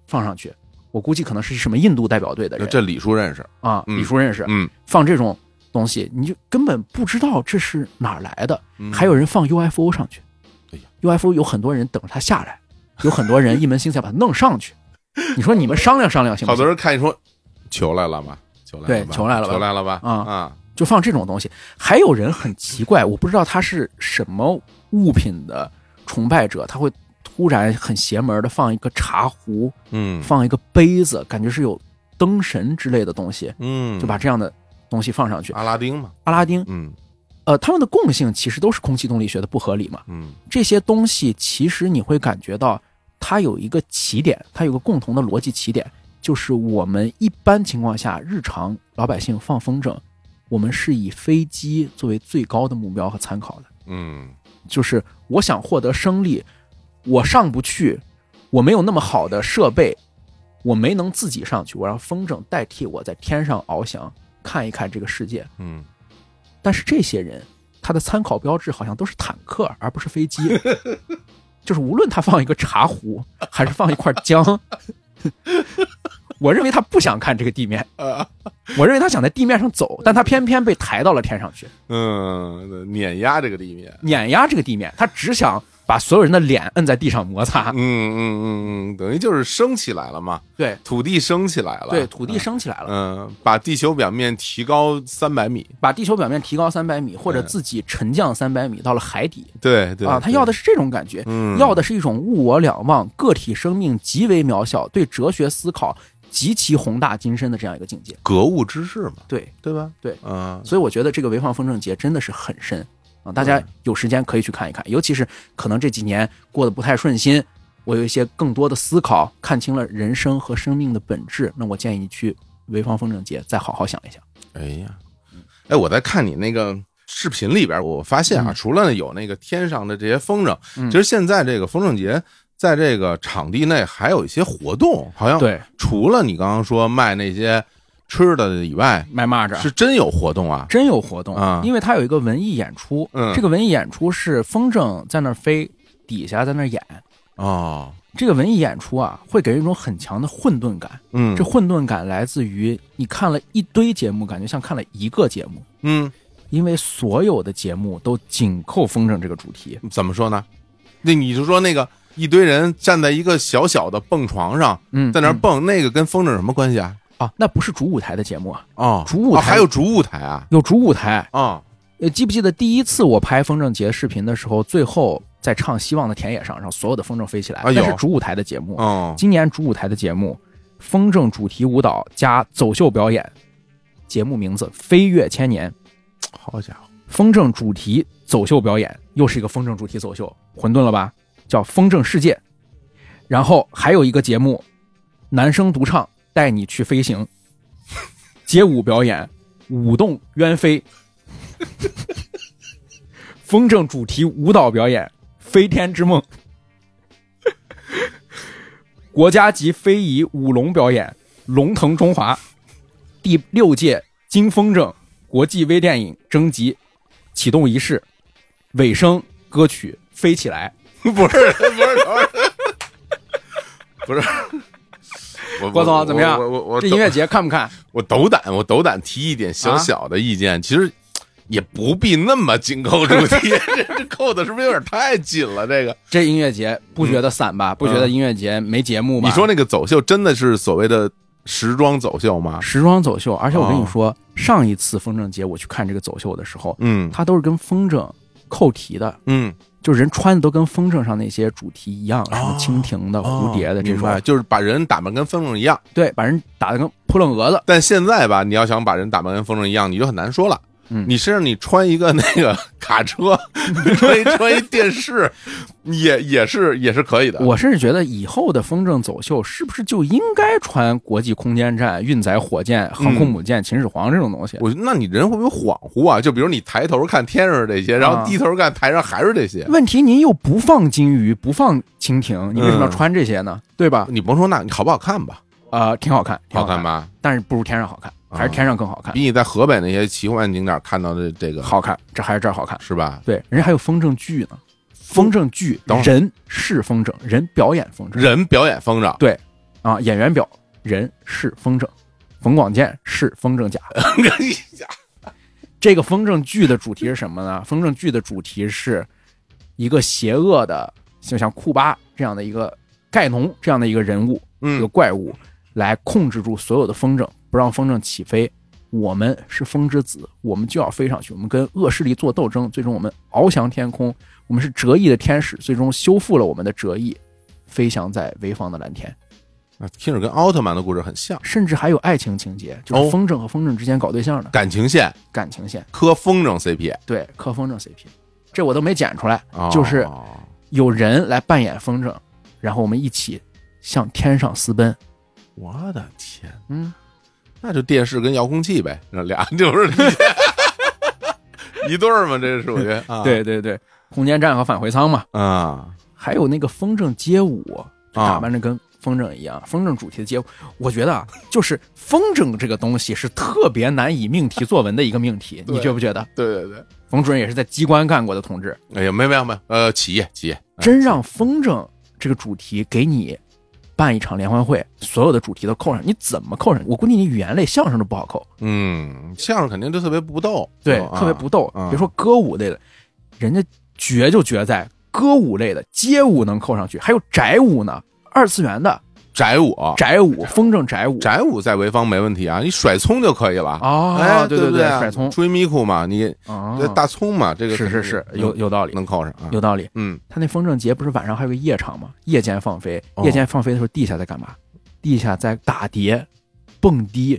Speaker 2: 放上去，我估计可能是什么印度代表队的人
Speaker 1: 这李叔认识，
Speaker 2: 啊，
Speaker 1: 嗯
Speaker 2: 李叔认识。
Speaker 1: 嗯，
Speaker 2: 放这种东西，你就根本不知道这是哪儿来的。
Speaker 1: 嗯
Speaker 2: 还有人放 UFO 上去，
Speaker 1: 哎呀
Speaker 2: u f o 有很多人等着它下来，有很多人一门心思要把它弄上去。你说你们商量商量行不
Speaker 1: 好
Speaker 2: 行
Speaker 1: 多？人看你说球来了吧，球来了吧，
Speaker 2: 对球来了吧
Speaker 1: 球来了吧，
Speaker 2: 啊
Speaker 1: 啊，
Speaker 2: 就放这种东西。还有人很奇怪，我不知道他是什么物品的崇拜者，他会突然很邪门的放一个茶壶，
Speaker 1: 嗯
Speaker 2: 放一个杯子，感觉是有灯神之类的东西，
Speaker 1: 嗯，
Speaker 2: 就把这样的东西放上去。
Speaker 1: 阿拉丁嘛，
Speaker 2: 阿拉丁，
Speaker 1: 嗯
Speaker 2: 呃，他们的共性其实都是空气动力学的不合理嘛。
Speaker 1: 嗯
Speaker 2: 这些东西其实你会感觉到它有一个起点，它有个共同的逻辑起点，就是我们一般情况下日常老百姓放风筝，我们是以飞机作为最高的目标和参考的，
Speaker 1: 嗯
Speaker 2: 就是我想获得升力，我上不去，我没有那么好的设备，我没能自己上去，我让风筝代替我在天上翱翔，看一看这个世界。
Speaker 1: 嗯，
Speaker 2: 但是这些人他的参考标志好像都是坦克，而不是飞 机。就是无论他放一个茶壶，还是放一块姜， 我认为他不想看这个地面，
Speaker 1: 啊
Speaker 2: 我认为他想在地面上走，但他偏偏被抬到了天上去，
Speaker 1: 嗯，碾压这个地面。
Speaker 2: 碾压这个地面，他只想把所有人的脸摁在地上摩擦
Speaker 1: 嗯。嗯嗯嗯，等于就是升起来了嘛，
Speaker 2: 对
Speaker 1: 土地升起来了，
Speaker 2: 对，土地升起来了，
Speaker 1: 嗯，把地球表面提高三百米。
Speaker 2: 把地球表面提高三百米，或者
Speaker 1: 嗯
Speaker 2: 自己沉降三百米到了海底
Speaker 1: 对对
Speaker 2: 啊，他要的是这种感觉。
Speaker 1: 嗯
Speaker 2: 要的是一种物我两忘、个体生命极为渺小、对哲学思考极其宏大精深的这样一个境界。
Speaker 1: 格物致知嘛，
Speaker 2: 对，
Speaker 1: 对吧？
Speaker 2: 对
Speaker 1: 嗯
Speaker 2: 所以我觉得这个潍坊风筝节真的是很深啊！大家有时间可以去看一看，尤其是可能这几年过得不太顺心，我有一些更多的思考，看清了人生和生命的本质，那我建议你去潍坊风筝节再好好想一想。
Speaker 1: 哎呀，哎，我在看你那个视频里边，我发现啊，
Speaker 2: 嗯
Speaker 1: 除了有那个天上的这些风筝，
Speaker 2: 嗯
Speaker 1: 其实现在这个风筝节。在这个场地内还有一些活动，好像
Speaker 2: 对，
Speaker 1: 除了你刚刚说卖那些吃的以外，
Speaker 2: 卖蚂蚱
Speaker 1: 是真有活动啊！
Speaker 2: 真有活动
Speaker 1: 啊
Speaker 2: 因为它有一个文艺演出，
Speaker 1: 嗯
Speaker 2: 这个文艺演出是风筝在那儿飞，底下在那儿演。
Speaker 1: 哦，
Speaker 2: 这个文艺演出啊，会给人一种很强的混沌感。
Speaker 1: 嗯，
Speaker 2: 这混沌感来自于你看了一堆节目，感觉像看了一个节目，
Speaker 1: 嗯，
Speaker 2: 因为所有的节目都紧扣风筝这个主题。
Speaker 1: 怎么说呢？那你就说那个一堆人站在一个小小的蹦床上，
Speaker 2: 嗯，
Speaker 1: 在那儿
Speaker 2: 嗯
Speaker 1: 蹦，那个跟风筝有什么关系啊？
Speaker 2: 啊，那不是主舞台的节目啊，
Speaker 1: 哦，
Speaker 2: 主舞
Speaker 1: 哦
Speaker 2: 台
Speaker 1: 还有主舞台啊？
Speaker 2: 有主舞台。
Speaker 1: 哦，
Speaker 2: 呃，记不记得第一次我拍风筝节视频的时候，最后在唱《希望的田野上》，让所有的风筝飞起来，
Speaker 1: 啊有
Speaker 2: 那是主舞台的节目。
Speaker 1: 哦，
Speaker 2: 今年主舞台的节目风筝主题舞蹈加走秀表演，节目名字《飞跃千年》。
Speaker 1: 好家伙，
Speaker 2: 风筝主题走秀表演，又是一个风筝主题走秀，混沌了吧？叫《风筝世界》。然后还有一个节目，男声独唱带你去飞行，街舞表演，舞动鸢飞，风筝主题舞蹈表演，飞天之梦，国家级非遗舞龙表演，龙腾中华，第六届金风筝国际微电影征集启动仪式，尾声歌曲飞起来。
Speaker 1: 不是不是不是， 我
Speaker 2: 郭总怎么样
Speaker 1: 我我我
Speaker 2: 这音啊乐节看不看？
Speaker 1: 我斗胆，我斗胆提一点小小的意见，其实也不必那么紧扣主题， 这这扣的是不是有点太紧了？这个，
Speaker 2: 这音乐节不觉得散吧？不觉得音乐节没节目
Speaker 1: 嗯
Speaker 2: 吧？
Speaker 1: 你说那个走秀真的是所谓的时装走秀吗？
Speaker 2: 时装走秀，而且我跟你说，上一次风筝节我去看这个走秀的时候，
Speaker 1: 哦嗯
Speaker 2: 它都是跟风筝扣题的，
Speaker 1: 嗯，
Speaker 2: 就是人穿的都跟风筝上那些主题一样，什么
Speaker 1: 哦
Speaker 2: 蜻蜓的、蝴蝶的这
Speaker 1: 明
Speaker 2: 种，
Speaker 1: 白就是把人打扮跟风筝一样。
Speaker 2: 对，把人打的跟扑棱蛾子。
Speaker 1: 但现在吧，你要想把人打扮跟风筝一样，你就很难说了。
Speaker 2: 嗯
Speaker 1: 你身上你穿一个那个 卡车，穿 一穿一电视，也也是也是可以的。
Speaker 2: 我甚至觉得以后的风筝走秀是不是就应该穿国际空间站、运载火箭、航空母舰、秦始皇这种东西？
Speaker 1: 嗯我那你人会不会恍惚啊？就比如你抬头看天上是这些，然后
Speaker 2: 啊嗯
Speaker 1: 低头看台上还是这些。
Speaker 2: 问题您又不放金鱼，不放蜻蜓，你为什么要
Speaker 1: 嗯
Speaker 2: 穿这些呢？对吧？
Speaker 1: 你甭说那，你好不好看吧？
Speaker 2: 呃，挺好看，挺
Speaker 1: 好
Speaker 2: 看
Speaker 1: 看吧？啊
Speaker 2: 但是不如天上好看，还是天上更好看，
Speaker 1: 比你在河北那些奇幻景点看到的这个
Speaker 2: 好看，这还是这儿好看。
Speaker 1: 是吧？
Speaker 2: 对，人家还有风筝剧呢，风筝剧
Speaker 1: 等会儿
Speaker 2: 人是风筝，人表演风筝
Speaker 1: 人表演 风筝，
Speaker 2: 啊，演员表人是风筝，冯广建是风筝甲。这个风筝剧的主题是什么呢？ 风筝剧的主题是一个邪恶的，就像库巴这样的一个盖农这样的一个人物，一
Speaker 1: 嗯，
Speaker 2: 个怪物来控制住所有的风筝，不让风筝起飞。我们是风之子，我们就要飞上去。我们跟恶势力做斗争，最终我们翱翔天空。我们是折翼的天使，最终修复了我们的折翼，飞翔在潍坊的蓝天。
Speaker 1: 那啊听着跟奥特曼的故事很像，
Speaker 2: 甚至还有爱情情节，就
Speaker 1: 哦
Speaker 2: 是风筝和风筝之间搞对象的
Speaker 1: 感情线
Speaker 2: 感情线。
Speaker 1: 磕风筝 CP
Speaker 2: 对，磕风筝 CP，这我都没剪出来，
Speaker 1: 啊，
Speaker 2: 就是有人来扮演风筝，然后我们一起向天上私奔。
Speaker 1: 我的天，
Speaker 2: 嗯，
Speaker 1: 那就电视跟遥控器呗，那俩 就是一一对儿嘛，这属 于啊，
Speaker 2: 对对对，空间站和返回舱嘛。
Speaker 1: 啊
Speaker 2: 还有那个风筝街舞，就打
Speaker 1: 啊，
Speaker 2: 扮着跟风筝一样，风筝主题的街舞，我觉得啊，就是风筝这个东西是特别难以命题作文的一个命题，
Speaker 1: 对
Speaker 2: 你觉不觉得？
Speaker 1: 对对对，
Speaker 2: 冯主任也是在机关干过的同志，
Speaker 1: 哎呀，没没有没有，呃，企业企业，嗯
Speaker 2: 真让风筝这个主题给你办一场联欢会，所有的主题都扣上，你怎么扣上？我估计你语言类相声都不好扣，
Speaker 1: 嗯，相声肯定就特别不逗，
Speaker 2: 对，
Speaker 1: 啊
Speaker 2: 特别不逗。
Speaker 1: 啊
Speaker 2: 别说歌舞类的，人家绝就绝在歌舞类的，街舞能扣上去，还有宅舞呢，二次元的
Speaker 1: 宅舞，
Speaker 2: 宅舞，风筝宅舞。
Speaker 1: 宅舞在潍坊没问题啊，你甩葱就可以了。
Speaker 2: 哦，
Speaker 1: 哎，
Speaker 2: 对
Speaker 1: 对
Speaker 2: 对，
Speaker 1: 啊
Speaker 2: 甩葱，
Speaker 1: 追咪酷嘛，你
Speaker 2: 啊
Speaker 1: 这大葱嘛，这个
Speaker 2: 是是是，有有道理，
Speaker 1: 能扣上啊，
Speaker 2: 有道理。
Speaker 1: 嗯，
Speaker 2: 他那风筝节不是晚上还有个夜场吗？夜间放飞，
Speaker 1: 哦
Speaker 2: 夜间放飞的时候，地下在干嘛？地下在打碟、蹦迪。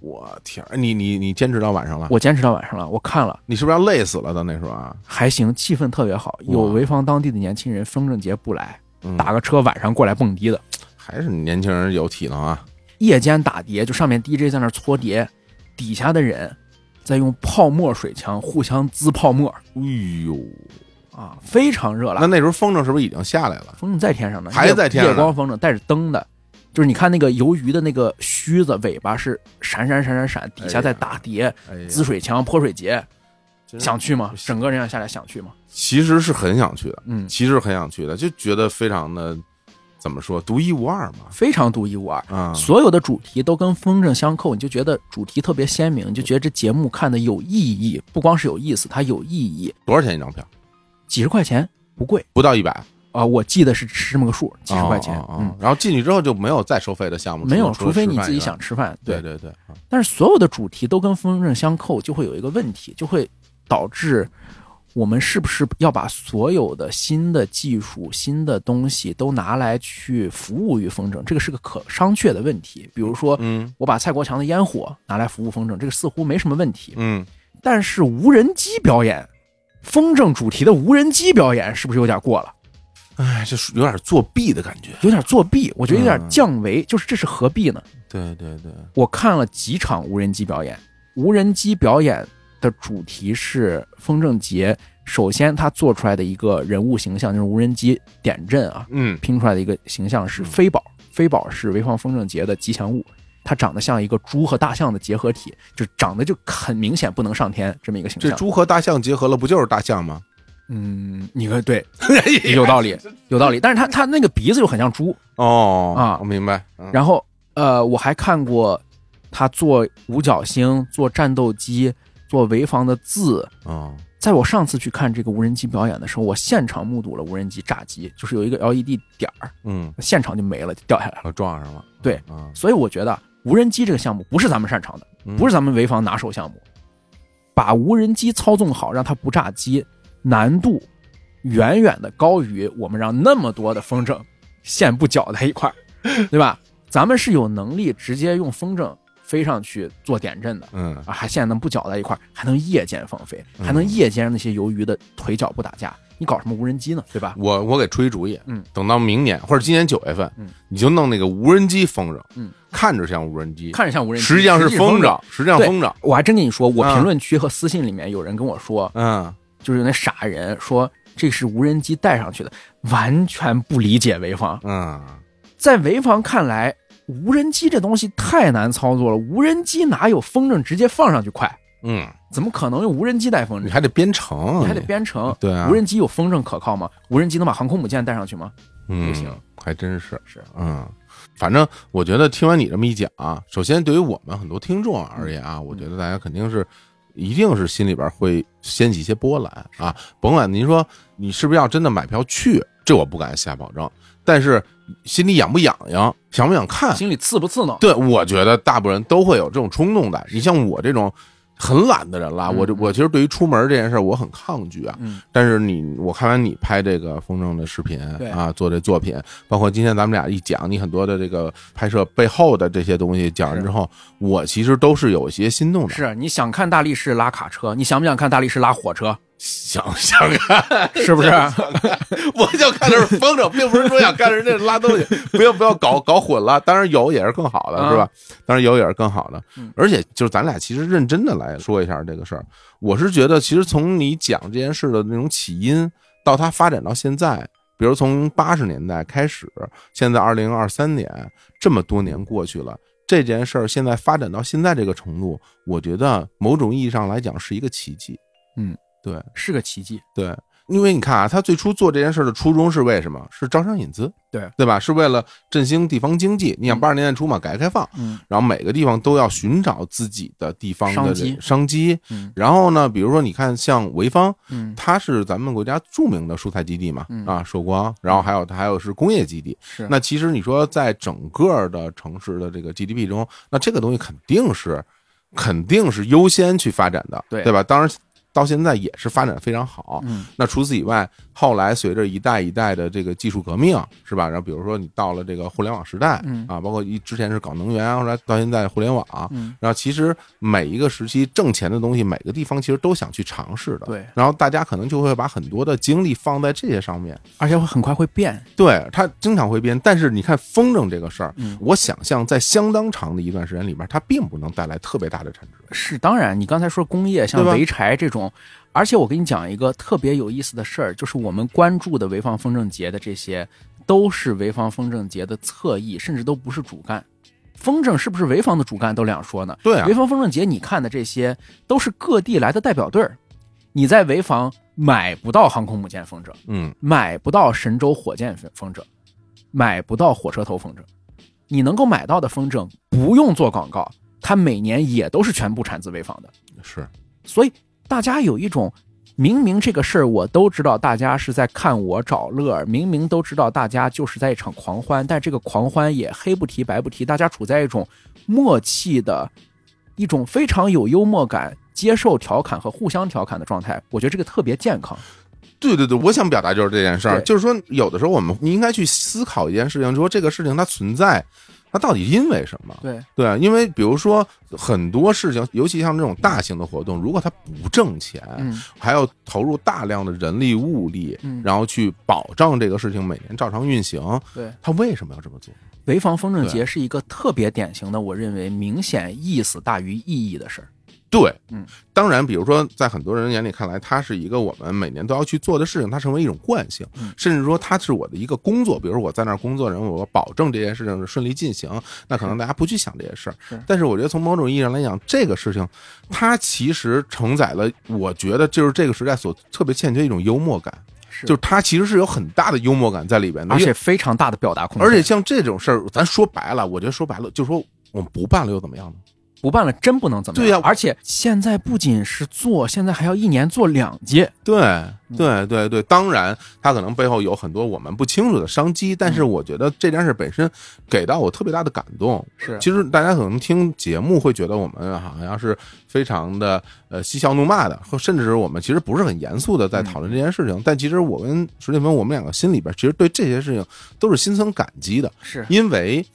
Speaker 1: 我天儿，哎你你你坚持到晚上了，
Speaker 2: 我坚持到晚上了，我看了
Speaker 1: 你是不是要累死了？到那时候啊，
Speaker 2: 还行，气氛特别好。有潍坊当地的年轻人，风筝节不来，
Speaker 1: 嗯
Speaker 2: 打个车晚上过来蹦迪的。
Speaker 1: 还是年轻人有体能啊，
Speaker 2: 夜间打碟，就上面 DJ 在那儿搓碟，底下的人在用泡沫水枪互相滋泡沫
Speaker 1: 哎呦，
Speaker 2: 啊，非常热
Speaker 1: 那
Speaker 2: 闹。
Speaker 1: 那时候风筝是不是已经下来了？
Speaker 2: 风筝在天上呢，
Speaker 1: 还
Speaker 2: 夜
Speaker 1: 在天上
Speaker 2: 夜光风筝带着灯的，就是你看那个鱿鱼的那个须子尾巴是闪闪闪闪闪，底下在打碟，
Speaker 1: 哎呀
Speaker 2: 滋水枪、泼水节，
Speaker 1: 真是
Speaker 2: 想去吗
Speaker 1: 不？行
Speaker 2: 整个人要下来想去吗？
Speaker 1: 其实是很想去的，
Speaker 2: 嗯，
Speaker 1: 其实很想去的，就觉得非常的怎么说，独一无二嘛，
Speaker 2: 非常独一无二。
Speaker 1: 啊，
Speaker 2: 所有的主题都跟风筝相扣，你就觉得主题特别鲜明，你就觉得这节目看的有意义，不光是有意思，它有意义。
Speaker 1: 多少钱一张票？
Speaker 2: 几十块钱不贵，
Speaker 1: 不到一百，
Speaker 2: 啊，我记得是是这么个数，几十块钱，
Speaker 1: 哦哦哦
Speaker 2: 嗯，
Speaker 1: 然后进去之后就没有再收费的项目，
Speaker 2: 没有，
Speaker 1: 除了
Speaker 2: 除
Speaker 1: 除了
Speaker 2: 非
Speaker 1: 吃
Speaker 2: 你
Speaker 1: 饭
Speaker 2: 自己
Speaker 1: 以外
Speaker 2: 想。吃饭，
Speaker 1: 对。对对，啊
Speaker 2: 但是所有的主题都跟风筝相扣，就会有一个问题，就会导致我们是不是要把所有的新的技术、新的东西都拿来去服务于风筝？这个是个可商榷的问题。比如说，
Speaker 1: 嗯
Speaker 2: 我把蔡国强的烟火拿来服务风筝，这个似乎没什么问题。
Speaker 1: 嗯，
Speaker 2: 但是无人机表演，风筝主题的无人机表演是不是有点过了？
Speaker 1: 哎，这有点作弊的感觉。
Speaker 2: 有点作弊，我觉得有点
Speaker 1: 嗯
Speaker 2: 降维，就是这是何必呢？
Speaker 1: 对对对，
Speaker 2: 我看了几场无人机表演，无人机表演的主题是风筝节。首先，他做出来的一个人物形象就是无人机点阵啊，
Speaker 1: 嗯
Speaker 2: 拼出来的一个形象是飞宝，飞宝是潍坊风筝节的吉祥物，它长得像一个猪和大象的结合体，就长得就很明显不能上天这么一个形
Speaker 1: 这
Speaker 2: 象。
Speaker 1: 猪和大象结合了，不就是大象吗？
Speaker 2: 嗯，你看对， 有道理，有道理。但是它它那个鼻子又很像猪，
Speaker 1: 哦
Speaker 2: 啊
Speaker 1: 我明白。嗯
Speaker 2: 然后呃，我还看过他做五角星、做战斗机、做潍坊的字。
Speaker 1: 哦，
Speaker 2: 在我上次去看这个无人机表演的时候，我现场目睹了无人机炸机，就是有一个 LED 点儿，
Speaker 1: 嗯，
Speaker 2: 现场就没了，就掉下来了。
Speaker 1: 我撞上了。
Speaker 2: 对
Speaker 1: 啊，
Speaker 2: 所以我觉得无人机这个项目不是咱们擅长的，
Speaker 1: 嗯
Speaker 2: 不是咱们潍坊拿手项目。把无人机操纵好，让它不炸机，难度远远的高于我们让那么多的风筝线不绞在一块儿， 对吧？咱们是有能力直接用风筝飞上去做点阵的
Speaker 1: 嗯
Speaker 2: 啊，还线能不绞在一块儿，还能夜间放飞，
Speaker 1: 嗯
Speaker 2: 还能夜间让那些鱿鱼的腿脚不打架。你搞什么无人机呢？对吧？
Speaker 1: 我我给出一主意，
Speaker 2: 嗯，
Speaker 1: 等到明年或者今年九月份，
Speaker 2: 嗯，
Speaker 1: 你就弄那个无人机风筝，
Speaker 2: 嗯，
Speaker 1: 看着像无人机，
Speaker 2: 看着像无人机，
Speaker 1: 实际上是
Speaker 2: 风
Speaker 1: 风筝，实际上
Speaker 2: 对
Speaker 1: 风筝，
Speaker 2: 我还真跟你说，我
Speaker 1: 啊
Speaker 2: 评论区和私信里面有人跟我说，
Speaker 1: 嗯，
Speaker 2: 就是有那傻人说这是无人机带上去的，完全不理解潍坊。
Speaker 1: 嗯，
Speaker 2: 在潍坊看来，无人机这东西太难操作了，无人机哪有风筝直接放上去快？
Speaker 1: 嗯，
Speaker 2: 怎么可能用无人机带风
Speaker 1: 你
Speaker 2: 筝？
Speaker 1: 还得编程，
Speaker 2: 你还得编程。
Speaker 1: 对啊，
Speaker 2: 无人机有风筝可靠吗？无人机能把航空母舰带上去吗？
Speaker 1: 嗯
Speaker 2: 不行，
Speaker 1: 还真是
Speaker 2: 是，
Speaker 1: 嗯。反正我觉得听完你这么一讲啊，首先对于我们很多听众而言
Speaker 2: 嗯
Speaker 1: 啊，我觉得大家肯定是，一定是心里边会掀起一些波澜啊。甭管您说你是不是要真的买票去，这我不敢下保证，但是心里痒不痒痒，想不想看，
Speaker 2: 心里刺不刺挠？
Speaker 1: 对，我觉得大部分人都会有这种冲动的。你像我这种很懒的人啦，
Speaker 2: 嗯
Speaker 1: 我这我其实对于出门这件事儿我很抗拒啊。
Speaker 2: 嗯
Speaker 1: 但是你，我看完你拍这个风筝的视频
Speaker 2: 对
Speaker 1: 啊，做这作品，包括今天咱们俩一讲你很多的这个拍摄背后的这些东西，讲完之后，我其实都是有一些心动的，
Speaker 2: 是你想看大力士拉卡车，你想不想看大力士拉火车？
Speaker 1: 想想看，
Speaker 2: 是不是？
Speaker 1: 我就看的是风筝，并不是说想看人家拉 东西，不要不要搞搞混了。当然有也是更好的，
Speaker 2: 啊
Speaker 1: 是吧？当然有也是更好的
Speaker 2: 嗯。
Speaker 1: 而且就是咱俩其实认真的来说一下这个事儿，我是觉得其实从你讲这件事的那种起因到它发展到现在，比如从八十年代开始，现在二零二三年，这么多年过去了。这件事儿现在发展到现在这个程度，我觉得某种意义上来讲是一个奇迹。
Speaker 2: 嗯，
Speaker 1: 对，
Speaker 2: 是个奇迹。
Speaker 1: 对，因为你看啊，他最初做这件事的初衷是为什么？是招商引资，
Speaker 2: 对
Speaker 1: 对吧？是为了振兴地方经济。你想，
Speaker 2: 嗯
Speaker 1: 八十年代初嘛，改革开放，
Speaker 2: 嗯
Speaker 1: 然后每个地方都要寻找自己的地方的
Speaker 2: 商
Speaker 1: 这
Speaker 2: 机
Speaker 1: 商机。
Speaker 2: 嗯
Speaker 1: 然后呢，比如说你看，像潍坊，
Speaker 2: 嗯，
Speaker 1: 它是咱们国家著名的蔬菜基地嘛，
Speaker 2: 嗯
Speaker 1: 啊，寿光，然后还有它还有是工业基地。
Speaker 2: 是
Speaker 1: 那其实你说在整个的城市的这个 GDP 中，那这个东西肯定是肯定是优先去发展的，
Speaker 2: 对
Speaker 1: 对吧？当然到现在也是发展得非常好。
Speaker 2: 嗯
Speaker 1: 那除此以外，后来随着一代一代的这个技术革命，是吧？然后比如说你到了这个互联网时代，
Speaker 2: 嗯
Speaker 1: 啊，包括一之前是搞能源，后来到现在互联网，
Speaker 2: 嗯，
Speaker 1: 然后其实每一个时期挣钱的东西，每个地方其实都想去尝试的。
Speaker 2: 对
Speaker 1: 然后大家可能就会把很多的精力放在这些上面，
Speaker 2: 而且会很快会变。
Speaker 1: 对它经常会变。但是你看风筝这个事儿，
Speaker 2: 嗯
Speaker 1: 我想象在相当长的一段时间里边，它并不能带来特别大的产值。
Speaker 2: 是，当然，你刚才说工业像
Speaker 1: 对吧
Speaker 2: 潍柴这种，而且我跟你讲一个特别有意思的事儿，就是我们关注的潍坊风筝节的这些，都是潍坊风筝节的侧翼，甚至都不是主干。风筝是不是潍坊的主干都两说呢？
Speaker 1: 对啊
Speaker 2: 潍，坊风筝节你看的这些都是各地来的代表队儿，你在潍坊买不到航空母舰风筝，
Speaker 1: 嗯，
Speaker 2: 买不到神舟火箭风风筝，买不到火车头风筝，你能够买到的风筝不用做广告，它每年也都是全部产自潍坊的。
Speaker 1: 是，
Speaker 2: 所以大家有一种明明这个事儿我都知道，大家是在看我找乐儿，明明都知道大家就是在一场狂欢，但这个狂欢也黑不提白不提，大家处在一种默契的一种非常有幽默感，接受调侃和互相调侃的状态，我觉得这个特别健康。
Speaker 1: 对对对，我想表达就是这件事儿，
Speaker 2: 对
Speaker 1: 就是说有的时候我们应该去思考一件事情，就是说这个事情它存在，它到底因为什么？
Speaker 2: 对，
Speaker 1: 对啊，因为比如说很多事情，尤其像这种大型的活动，如果它不挣钱，
Speaker 2: 嗯
Speaker 1: 还要投入大量的人力物力，
Speaker 2: 嗯，
Speaker 1: 然后去保障这个事情每年照常运行，
Speaker 2: 对，
Speaker 1: 它为什么要这么做？
Speaker 2: 潍坊风筝
Speaker 1: 对
Speaker 2: 节是一个特别典型的，我认为明显意思大于意义的事儿。
Speaker 1: 对，
Speaker 2: 嗯，
Speaker 1: 当然，比如说，在很多人眼里看来，它是一个我们每年都要去做的事情，它成为一种惯性
Speaker 2: 嗯，
Speaker 1: 甚至说它是我的一个工作。比如说我在那儿工作，然后我保证这件事情是顺利进行，那可能大家不去想这些事儿
Speaker 2: 是。
Speaker 1: 但是我觉得从某种意义上来讲，这个事情它其实承载了，我觉得就是这个时代所特别欠缺一种幽默感，
Speaker 2: 是
Speaker 1: 就是它其实是有很大的幽默感在里边的，
Speaker 2: 而
Speaker 1: 因为
Speaker 2: 且非常大的表达空间，
Speaker 1: 而且像这种事儿，咱说白了，我觉得说白了，就说我们不办了又怎么样呢？
Speaker 2: 不办了真不能怎么样。
Speaker 1: 对呀
Speaker 2: 而且现在不仅是做，现在还要一年做两届。
Speaker 1: 对对对对，当然，它可能背后有很多我们不清楚的商机，但是
Speaker 2: 嗯
Speaker 1: 我觉得这件事本身给到我特别大的感动。
Speaker 2: 是
Speaker 1: 其实大家可能听节目会觉得我们好像是非常的呃嬉笑怒骂的，或甚至是我们其实不是很严肃的在讨论这件事情。但其实我跟石建峰，我们两个心里边其实对这些事情都是心存感激的，
Speaker 2: 是
Speaker 1: 因为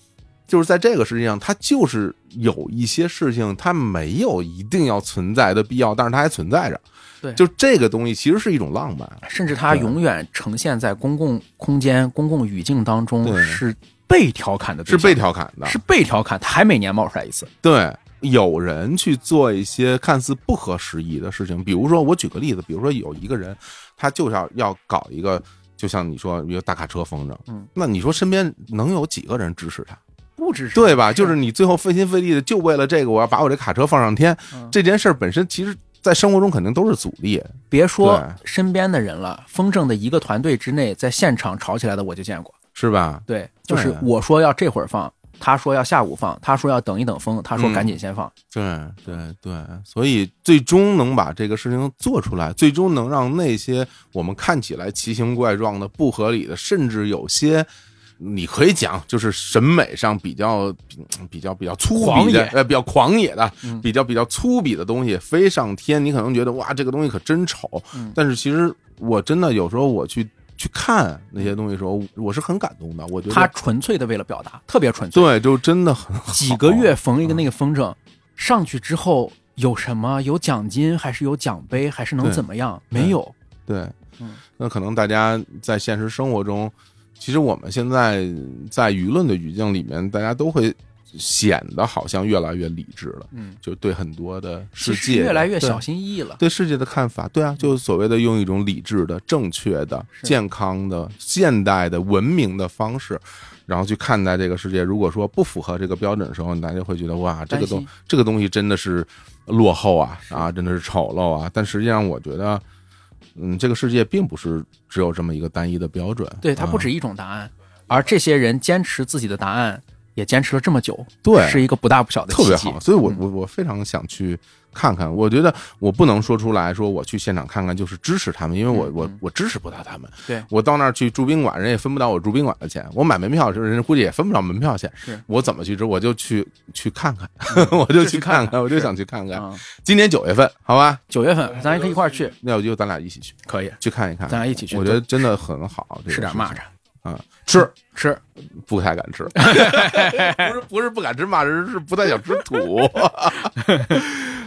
Speaker 1: 就是在这个世界上，它就是有一些事情，它没有一定要存在的必要，但是它还存在着。
Speaker 2: 对
Speaker 1: 就这个东西其实是一种浪漫，
Speaker 2: 甚至它
Speaker 1: 对
Speaker 2: 永远呈现在公共空间、公共语境当中，
Speaker 1: 对
Speaker 2: 是被调侃的对
Speaker 1: 是
Speaker 2: 象，
Speaker 1: 被调侃的。
Speaker 2: 是被调侃，它还每年冒出来一次。
Speaker 1: 对，有人去做一些看似不合时宜的事情，比如说我举个例子，比如说有一个人，他就是要要搞一个，就像你说一个大卡车风筝，
Speaker 2: 嗯，
Speaker 1: 那你说身边能有几个人支持他？
Speaker 2: 不只是
Speaker 1: 对吧？就是你最后费心费力的，就为了这个，我要把我这卡车放上天
Speaker 2: 嗯，
Speaker 1: 这件事儿本身其实。在生活中肯定都是阻力，
Speaker 2: 别说
Speaker 1: 对
Speaker 2: 身边的人了，风筝的一个团队之内，在现场吵起来的我就见过。
Speaker 1: 是吧？
Speaker 2: 对，就是
Speaker 1: 对
Speaker 2: 我说要这会儿放，他说要下午放，他说要等一等风，他说
Speaker 1: 嗯
Speaker 2: 赶紧先放。
Speaker 1: 对对对，所以最终能把这个事情做出来，最终能让那些我们看起来奇形怪状的、不合理的，甚至有些你可以讲就是审美上比较比较比较粗鄙
Speaker 2: 狂野
Speaker 1: 的，呃，比较狂野的
Speaker 2: 嗯、
Speaker 1: 比较比较粗鄙的东西飞上天，你可能觉得哇，这个东西可真丑
Speaker 2: 嗯，
Speaker 1: 但是其实我真的有时候我去去看那些东西的时候，我是很感动的，我觉得
Speaker 2: 他纯粹的为了表达，特别纯粹。
Speaker 1: 对，就真的很好嗯
Speaker 2: 几个月缝一个那个风筝，上去之后有什么？有奖金还是有奖杯，还是能
Speaker 1: 对
Speaker 2: 怎么样？
Speaker 1: 对
Speaker 2: 没有。
Speaker 1: 对，
Speaker 2: 嗯
Speaker 1: 那可能大家在现实生活中，其实我们现在在舆论的语境里面，大家都会显得好像越来越理智了，
Speaker 2: 嗯，
Speaker 1: 就对很多的世
Speaker 2: 其实
Speaker 1: 界的
Speaker 2: 越来越小
Speaker 1: 对
Speaker 2: 心翼翼了。
Speaker 1: 对世界的看法，对啊，就是所谓的用一种理智的、正确的、
Speaker 2: 嗯是
Speaker 1: 健康的、现代的、文明的方式，然后去看待这个世界。如果说不符合这个标准的时候，大家会觉得哇，这
Speaker 2: 担
Speaker 1: 个
Speaker 2: 心
Speaker 1: 东这个东西真的是落后啊啊，真的是丑陋啊。但实际上，我觉得，嗯，这个世界并不是只有这么一个单一的标准，
Speaker 2: 对，它不
Speaker 1: 啊
Speaker 2: 止一种答案，而这些人坚持自己的答案，也坚持了这么久，
Speaker 1: 对
Speaker 2: 是一个不大不小的
Speaker 1: 特别
Speaker 2: 奇迹
Speaker 1: 好，所以我
Speaker 2: 嗯
Speaker 1: 我我非常想去看看。我觉得我不能说出来说我去现场看看，就是支持他们，因为我
Speaker 2: 嗯
Speaker 1: 我
Speaker 2: 嗯
Speaker 1: 我支持不到他们。
Speaker 2: 对
Speaker 1: 我到那儿去住宾馆，人也分不到我住宾馆的钱；我买门票的时候，人家估计也分不到门票钱。
Speaker 2: 是嗯
Speaker 1: 我怎么去支？我就去去看看， 我就
Speaker 2: 去
Speaker 1: 去
Speaker 2: 看看
Speaker 1: 看，我就是想去看看。
Speaker 2: 啊！
Speaker 1: 今年九月份，好吧，
Speaker 2: 九月份咱也可以一块儿去，
Speaker 1: 那我就咱俩一起去
Speaker 2: 可以，
Speaker 1: 去看一看，
Speaker 2: 咱俩一起去
Speaker 1: 我觉得真的很好，这个
Speaker 2: 吃点
Speaker 1: 事情
Speaker 2: 蚂蚱，嗯
Speaker 1: 啊，吃
Speaker 2: 吃
Speaker 1: 不太敢吃， 不是不是不敢吃蚂蚱，是不太想吃土。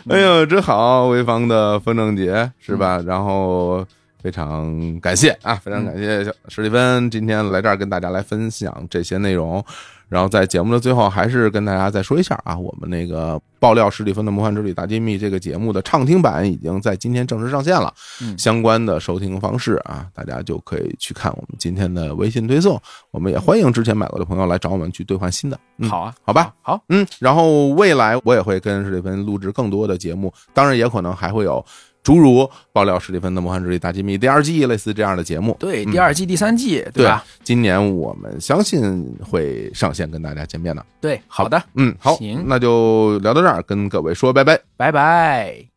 Speaker 1: 哎呦，真好，潍坊的风筝节是吧？然
Speaker 2: 嗯
Speaker 1: 后非常感谢啊，非常感谢小史蒂芬今天来这儿跟大家来分享这些内容。然后在节目的最后，还是跟大家再说一下啊，我们那个爆料史蒂芬的魔幻之旅大揭秘这个节目的畅听版已经在今天正式上线了，
Speaker 2: 嗯
Speaker 1: 相关的收听方式啊，大家就可以去看我们今天的微信推送。我们也欢迎之前买过的朋友来找我们去兑换新的。嗯、，
Speaker 2: 好啊，
Speaker 1: 好吧，
Speaker 2: 好，
Speaker 1: 嗯，然后未来我也会跟史蒂芬录制更多的节目，当然也可能还会有诸如爆料史蒂芬的魔幻之旅大揭秘第二季类似这样的节目。
Speaker 2: 对，
Speaker 1: 嗯
Speaker 2: 第二季、第三季，
Speaker 1: 对
Speaker 2: 吧？，
Speaker 1: 今年我们相信会上线跟大家见面的。
Speaker 2: 对，好的，
Speaker 1: 嗯，好
Speaker 2: 行，
Speaker 1: 那就聊到这儿，跟各位说拜拜。
Speaker 2: 拜拜。